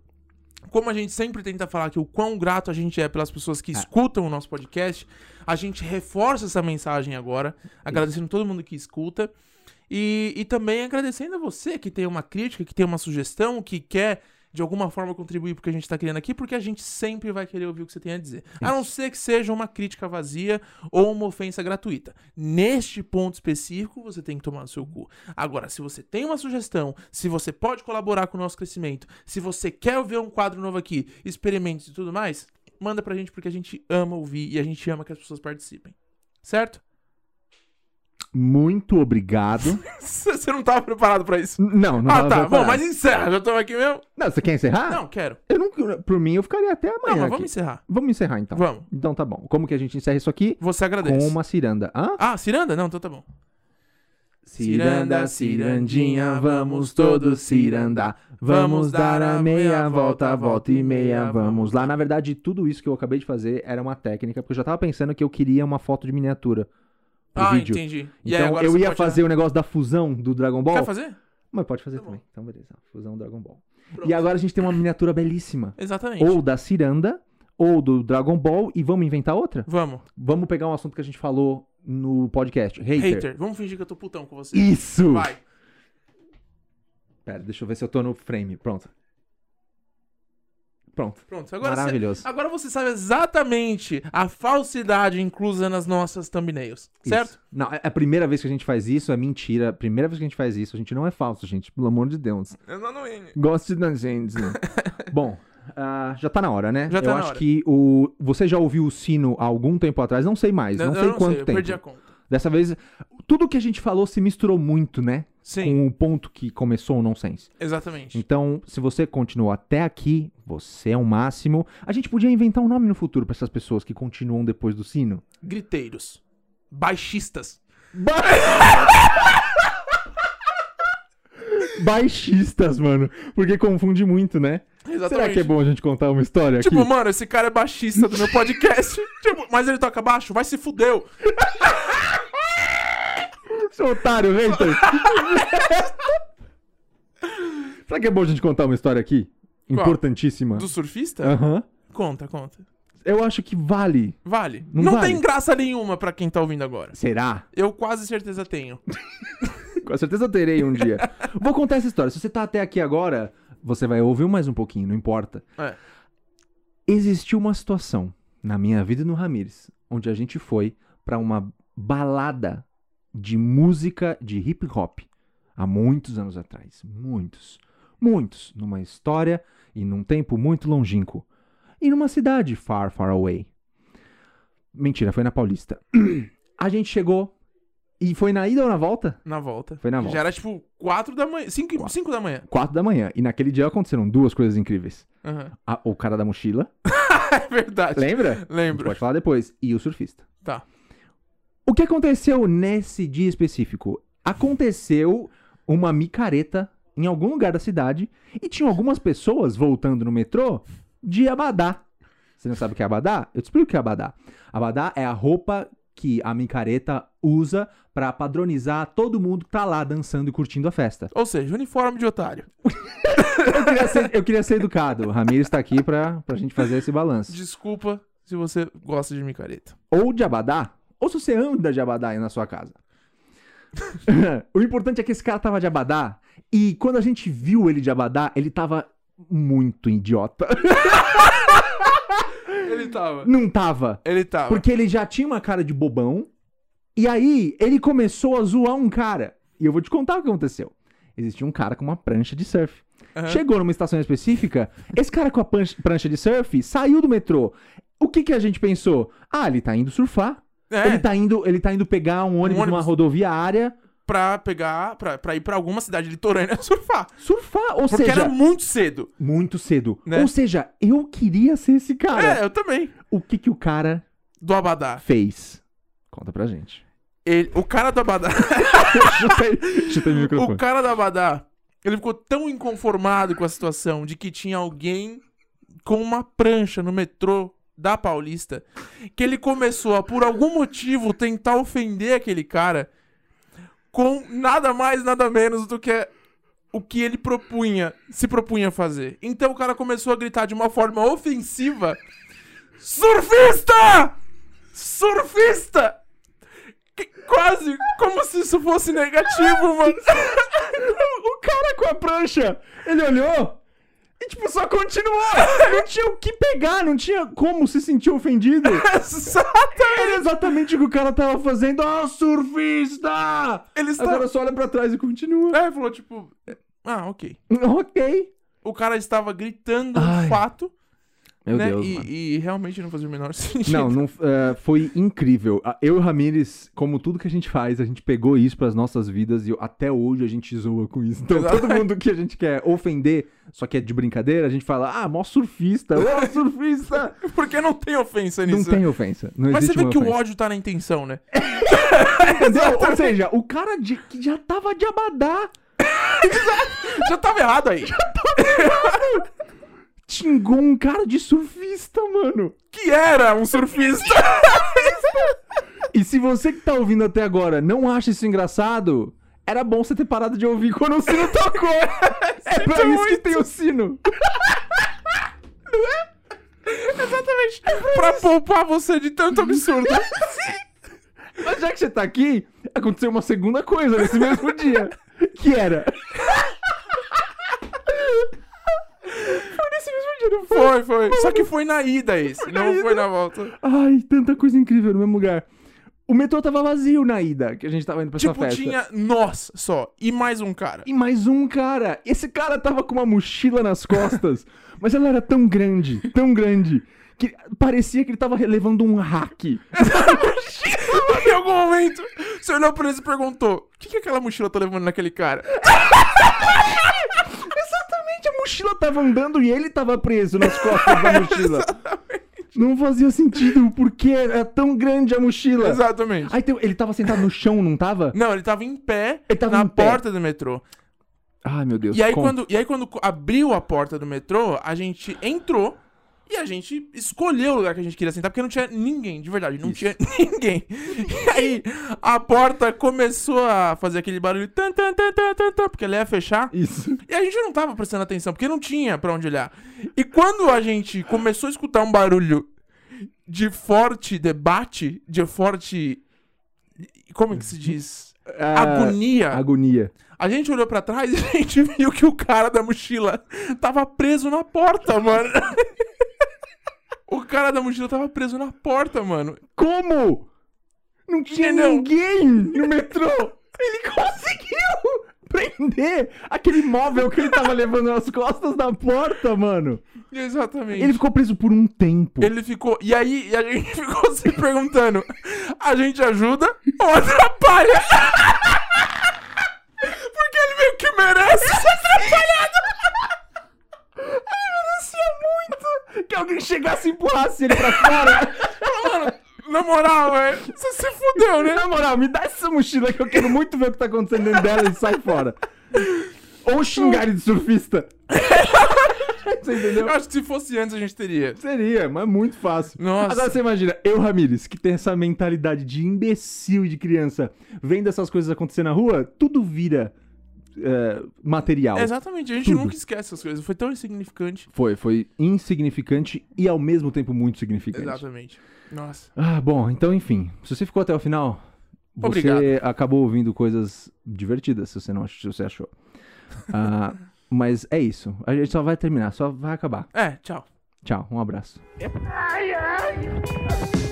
como a gente sempre tenta falar que o quão grato a gente é pelas pessoas que escutam o nosso podcast, a gente reforça essa mensagem agora, agradecendo todo mundo que escuta. E, e também agradecendo a você que tem uma crítica, que tem uma sugestão, que quer de alguma forma contribuir pro que a gente tá criando aqui, porque a gente sempre vai querer ouvir o que você tem a dizer. A não ser que seja uma crítica vazia ou uma ofensa gratuita. Neste ponto específico, você tem que tomar no seu cu. Agora, se você tem uma sugestão, se você pode colaborar com o nosso crescimento, se você quer ver um quadro novo aqui, experimentos e tudo mais, manda pra gente porque a gente ama ouvir e a gente ama que as pessoas participem. Certo? Muito obrigado. Você não tava preparado pra isso. não, não Ah, tava tá. Bom, preparado. mas encerra. Já estamos aqui mesmo? Não, você quer encerrar? Não, quero. Eu não, por mim, eu ficaria até amanhã. Não, mas aqui. vamos encerrar. Vamos encerrar então. Vamos. Então tá bom. Como que a gente encerra isso aqui? Você Com agradece. uma ciranda. Hã? Ah, ciranda? Não, então tá bom. Ciranda, cirandinha, vamos todos cirandar. Vamos dar a meia volta, volta e meia, vamos lá. Na verdade, tudo isso que eu acabei de fazer era uma técnica, porque eu já tava pensando que eu queria uma foto de miniatura. pro Ah, vídeo. entendi. E aí, Então agora eu você ia pode- fazer o negócio da fusão do Dragon Ball. Quer fazer? Mas pode fazer Tá bom. também. Então beleza, fusão Dragon Ball. Pronto. E agora a gente tem uma miniatura belíssima. Exatamente. Ou da Ciranda, ou do Dragon Ball, e vamos inventar outra? Vamos. Vamos pegar um assunto que a gente falou no podcast. Hater. Hater. Vamos fingir que eu tô putão com você. Isso! Vai. Pera, deixa eu ver se eu tô no frame. Pronto. Pronto. Pronto. Agora você Maravilhoso. Agora você sabe exatamente a falsidade inclusa nas nossas thumbnails, certo? Isso. Não, é a primeira vez que a gente faz isso, é mentira. A primeira vez que a gente faz isso, a gente não é falso, gente. Pelo amor de Deus. Eu não, não... é. Gosto da gente. né? Bom, ah, já tá na hora, né? Já tá eu na acho hora. que o você já ouviu o sino há algum tempo atrás, não sei mais, Eu- não, eu sei quanto eu tempo. perdi a conta. Dessa vez, tudo que a gente falou se misturou muito, né? Sim, Com o ponto que começou o nonsense. exatamente. Então, se você continuou até aqui, você é o máximo. A gente podia inventar um nome no futuro pra essas pessoas que continuam depois do sino. Griteiros. Baixistas. Baixistas, mano. Porque confunde muito, né? Exatamente. Será que é bom a gente contar uma história Tipo, aqui? mano, esse cara é baixista do meu podcast. tipo, mas ele toca baixo? Vai se fudeu. Seu é um otário, hater. Será que é bom a gente contar uma história aqui? Qual? Importantíssima. Do surfista? Aham. Conta, conta. Eu acho que vale. Vale. Não Não, vale. tem graça nenhuma pra quem tá ouvindo agora. Será? Eu quase certeza tenho. Com certeza eu terei um dia. Vou contar essa história. Se você tá até aqui agora, você vai ouvir mais um pouquinho, não importa. É. Existiu uma situação na minha vida e no Ramires, onde a gente foi pra uma balada de música de hip hop há muitos anos atrás, muitos, muitos, numa história e num tempo muito longínquo e numa cidade far, far away. Mentira, foi na Paulista. A gente chegou E foi na ida ou na volta? Na volta. Foi na Já volta. era tipo 4 da manhã. 5, Quatro. da manhã. Quatro da manhã. E naquele dia aconteceram duas coisas incríveis. Aham. A- o cara da mochila, É verdade. lembra? A gente Lembro. pode falar depois. E o surfista. Tá. O que aconteceu nesse dia específico? Aconteceu uma micareta em algum lugar da cidade e tinham algumas pessoas voltando no metrô de abadá. Você não sabe o que é abadá? Eu te explico o que é abadá. Abadá é a roupa que a micareta usa pra padronizar todo mundo que tá lá dançando e curtindo a festa. Ou seja, uniforme de otário. Eu queria ser, eu queria ser educado. O Ramiro está aqui pra, pra gente fazer esse balanço. Desculpa se você gosta de micareta. ou de abadá, ou se você anda de abadá aí na sua casa. o importante é que esse cara tava de abadá, e quando a gente viu ele de abadá, ele tava muito idiota. Ele tava. Não tava. Ele tava. Porque ele já tinha uma cara de bobão, e aí ele começou a zoar um cara. E eu vou te contar o que aconteceu. Existia um cara com uma prancha de surf. Aham. Chegou numa estação específica, esse cara com a prancha prancha de surf saiu do metrô. O que, que a gente pensou? Ah, ele tá indo surfar. É, Ele, tá indo, ele tá indo pegar um ônibus, numa ônibus. rodoviária, pra pegar, pra, pra ir pra alguma cidade litorânea surfar. surfar. Ou Porque seja, era muito cedo. muito cedo. Né? Ou seja, eu queria ser esse cara. É, eu também. O que que o cara Do Abadá. fez? Conta pra gente. Ele, o cara do Abadá. Chutei- Chutei meu o microfone. cara do Abadá. Ele ficou tão inconformado com a situação de que tinha alguém com uma prancha no metrô da Paulista que ele começou a, por algum motivo, tentar ofender aquele cara com nada mais, nada menos do que o que ele propunha, se propunha a fazer. Então o cara começou a gritar de uma forma ofensiva: Surfista! Surfista! Que- Quase como se isso fosse negativo, mano. O cara com a prancha, ele olhou e, tipo, só continuou. não tinha o que pegar, não tinha como se sentir ofendido. Exatamente. Era exatamente o que o cara tava fazendo. Ah, surfista! Ele está. Agora só olha pra trás e continua. É, falou tipo. Ah, ok. Ok. O cara estava gritando um Ai, fato, Meu né? e, e realmente não fazia o menor sentido. Não, não é, foi incrível. A- Eu e o Ramires, como tudo que a gente faz, a gente pegou isso pras nossas vidas e eu- até hoje a gente zoa com isso. Então todo mundo que a gente quer ofender, só que é de brincadeira, a gente fala, ah, mó surfista, ô surfista. Porque não tem ofensa Não nisso. né? tem ofensa, não Mas você existe vê uma que o ofensa. ódio tá na intenção, né? Entendeu? Ou seja, o cara de- que já tava de abadá Já tava errado aí. xingou um cara de surfista, mano. Que era um surfista. E se você que tá ouvindo até agora não acha isso engraçado, era bom você ter parado de ouvir quando o sino tocou. é pra isso que tem o sino. Exatamente. É pra poupar você de tanto absurdo. Mas já que você tá aqui, aconteceu uma segunda coisa nesse mesmo dia. Que era. Foi nesse mesmo dia, não Foi, foi? foi. Só que foi na ida esse. não ida. foi na volta. Ai, tanta coisa incrível no mesmo lugar. O metrô tava vazio na ida, que a gente tava indo pra essa Tipo, festa. tinha nós só e mais um cara. E mais um cara. Esse cara tava com uma mochila nas costas, mas ela era tão grande, tão grande, que parecia que ele tava levando um hack. em algum momento, você olhou pra ele e perguntou: O que, que aquela mochila tá levando naquele cara? Exatamente, a mochila tava andando e ele tava preso nas costas da mochila. Não fazia sentido, porque era tão grande a mochila. Exatamente. Aí tem- ele tava sentado no chão, não tava? Não, ele tava em pé Ele tava na em pé. porta do metrô. Ai, meu Deus. E aí, conta. quando, e aí, quando co- abriu a porta do metrô, a gente entrou e a gente escolheu o lugar que a gente queria sentar, porque não tinha ninguém, de verdade, não tinha ninguém. E aí, a porta começou a fazer aquele barulho, tan, tan, tan, tan, tan, tan, porque ela ia fechar. Isso. E a gente não tava prestando atenção, porque não tinha pra onde olhar. E quando a gente começou a escutar um barulho de forte debate, de forte. Como é que se diz? Ah, Agonia. Uhum. Agonia. A gente olhou pra trás e a gente viu que o cara da mochila tava preso na porta, mano. O cara da mochila tava preso na porta, mano. Como? Não tinha Entendeu? ninguém no metrô. Ele conseguiu! prender aquele móvel que ele tava levando nas costas da porta, mano. Exatamente. Ele ficou preso por um tempo. Ele ficou. E aí e a gente ficou se perguntando: a gente ajuda ou atrapalha? Porque ele meio que merece ser atrapalhado. merecia muito que alguém chegasse e empurrasse ele pra fora. Mano, na moral, velho, você se fudeu, né? Na moral, me dá essa mochila que eu quero muito ver o que tá acontecendo dentro dela e sai fora. Ou xingar ele de surfista. Você entendeu? Eu acho que se fosse antes a gente teria. Seria, mas muito fácil. Nossa. Agora você imagina, eu, Ramires, que tem essa mentalidade de imbecil e de criança, vendo essas coisas acontecer na rua, tudo vira é, material. Exatamente, a gente Tudo. nunca esquece essas coisas. Foi tão insignificante. Foi, foi insignificante e ao mesmo tempo muito significante. Exatamente. Nossa. Ah, bom, então enfim, se você ficou até o final, você Obrigado. acabou ouvindo coisas divertidas, se você não ach- se você achou. Ah, mas é isso, a gente só vai terminar, só vai acabar. É, tchau. Tchau, um abraço. ai, ai.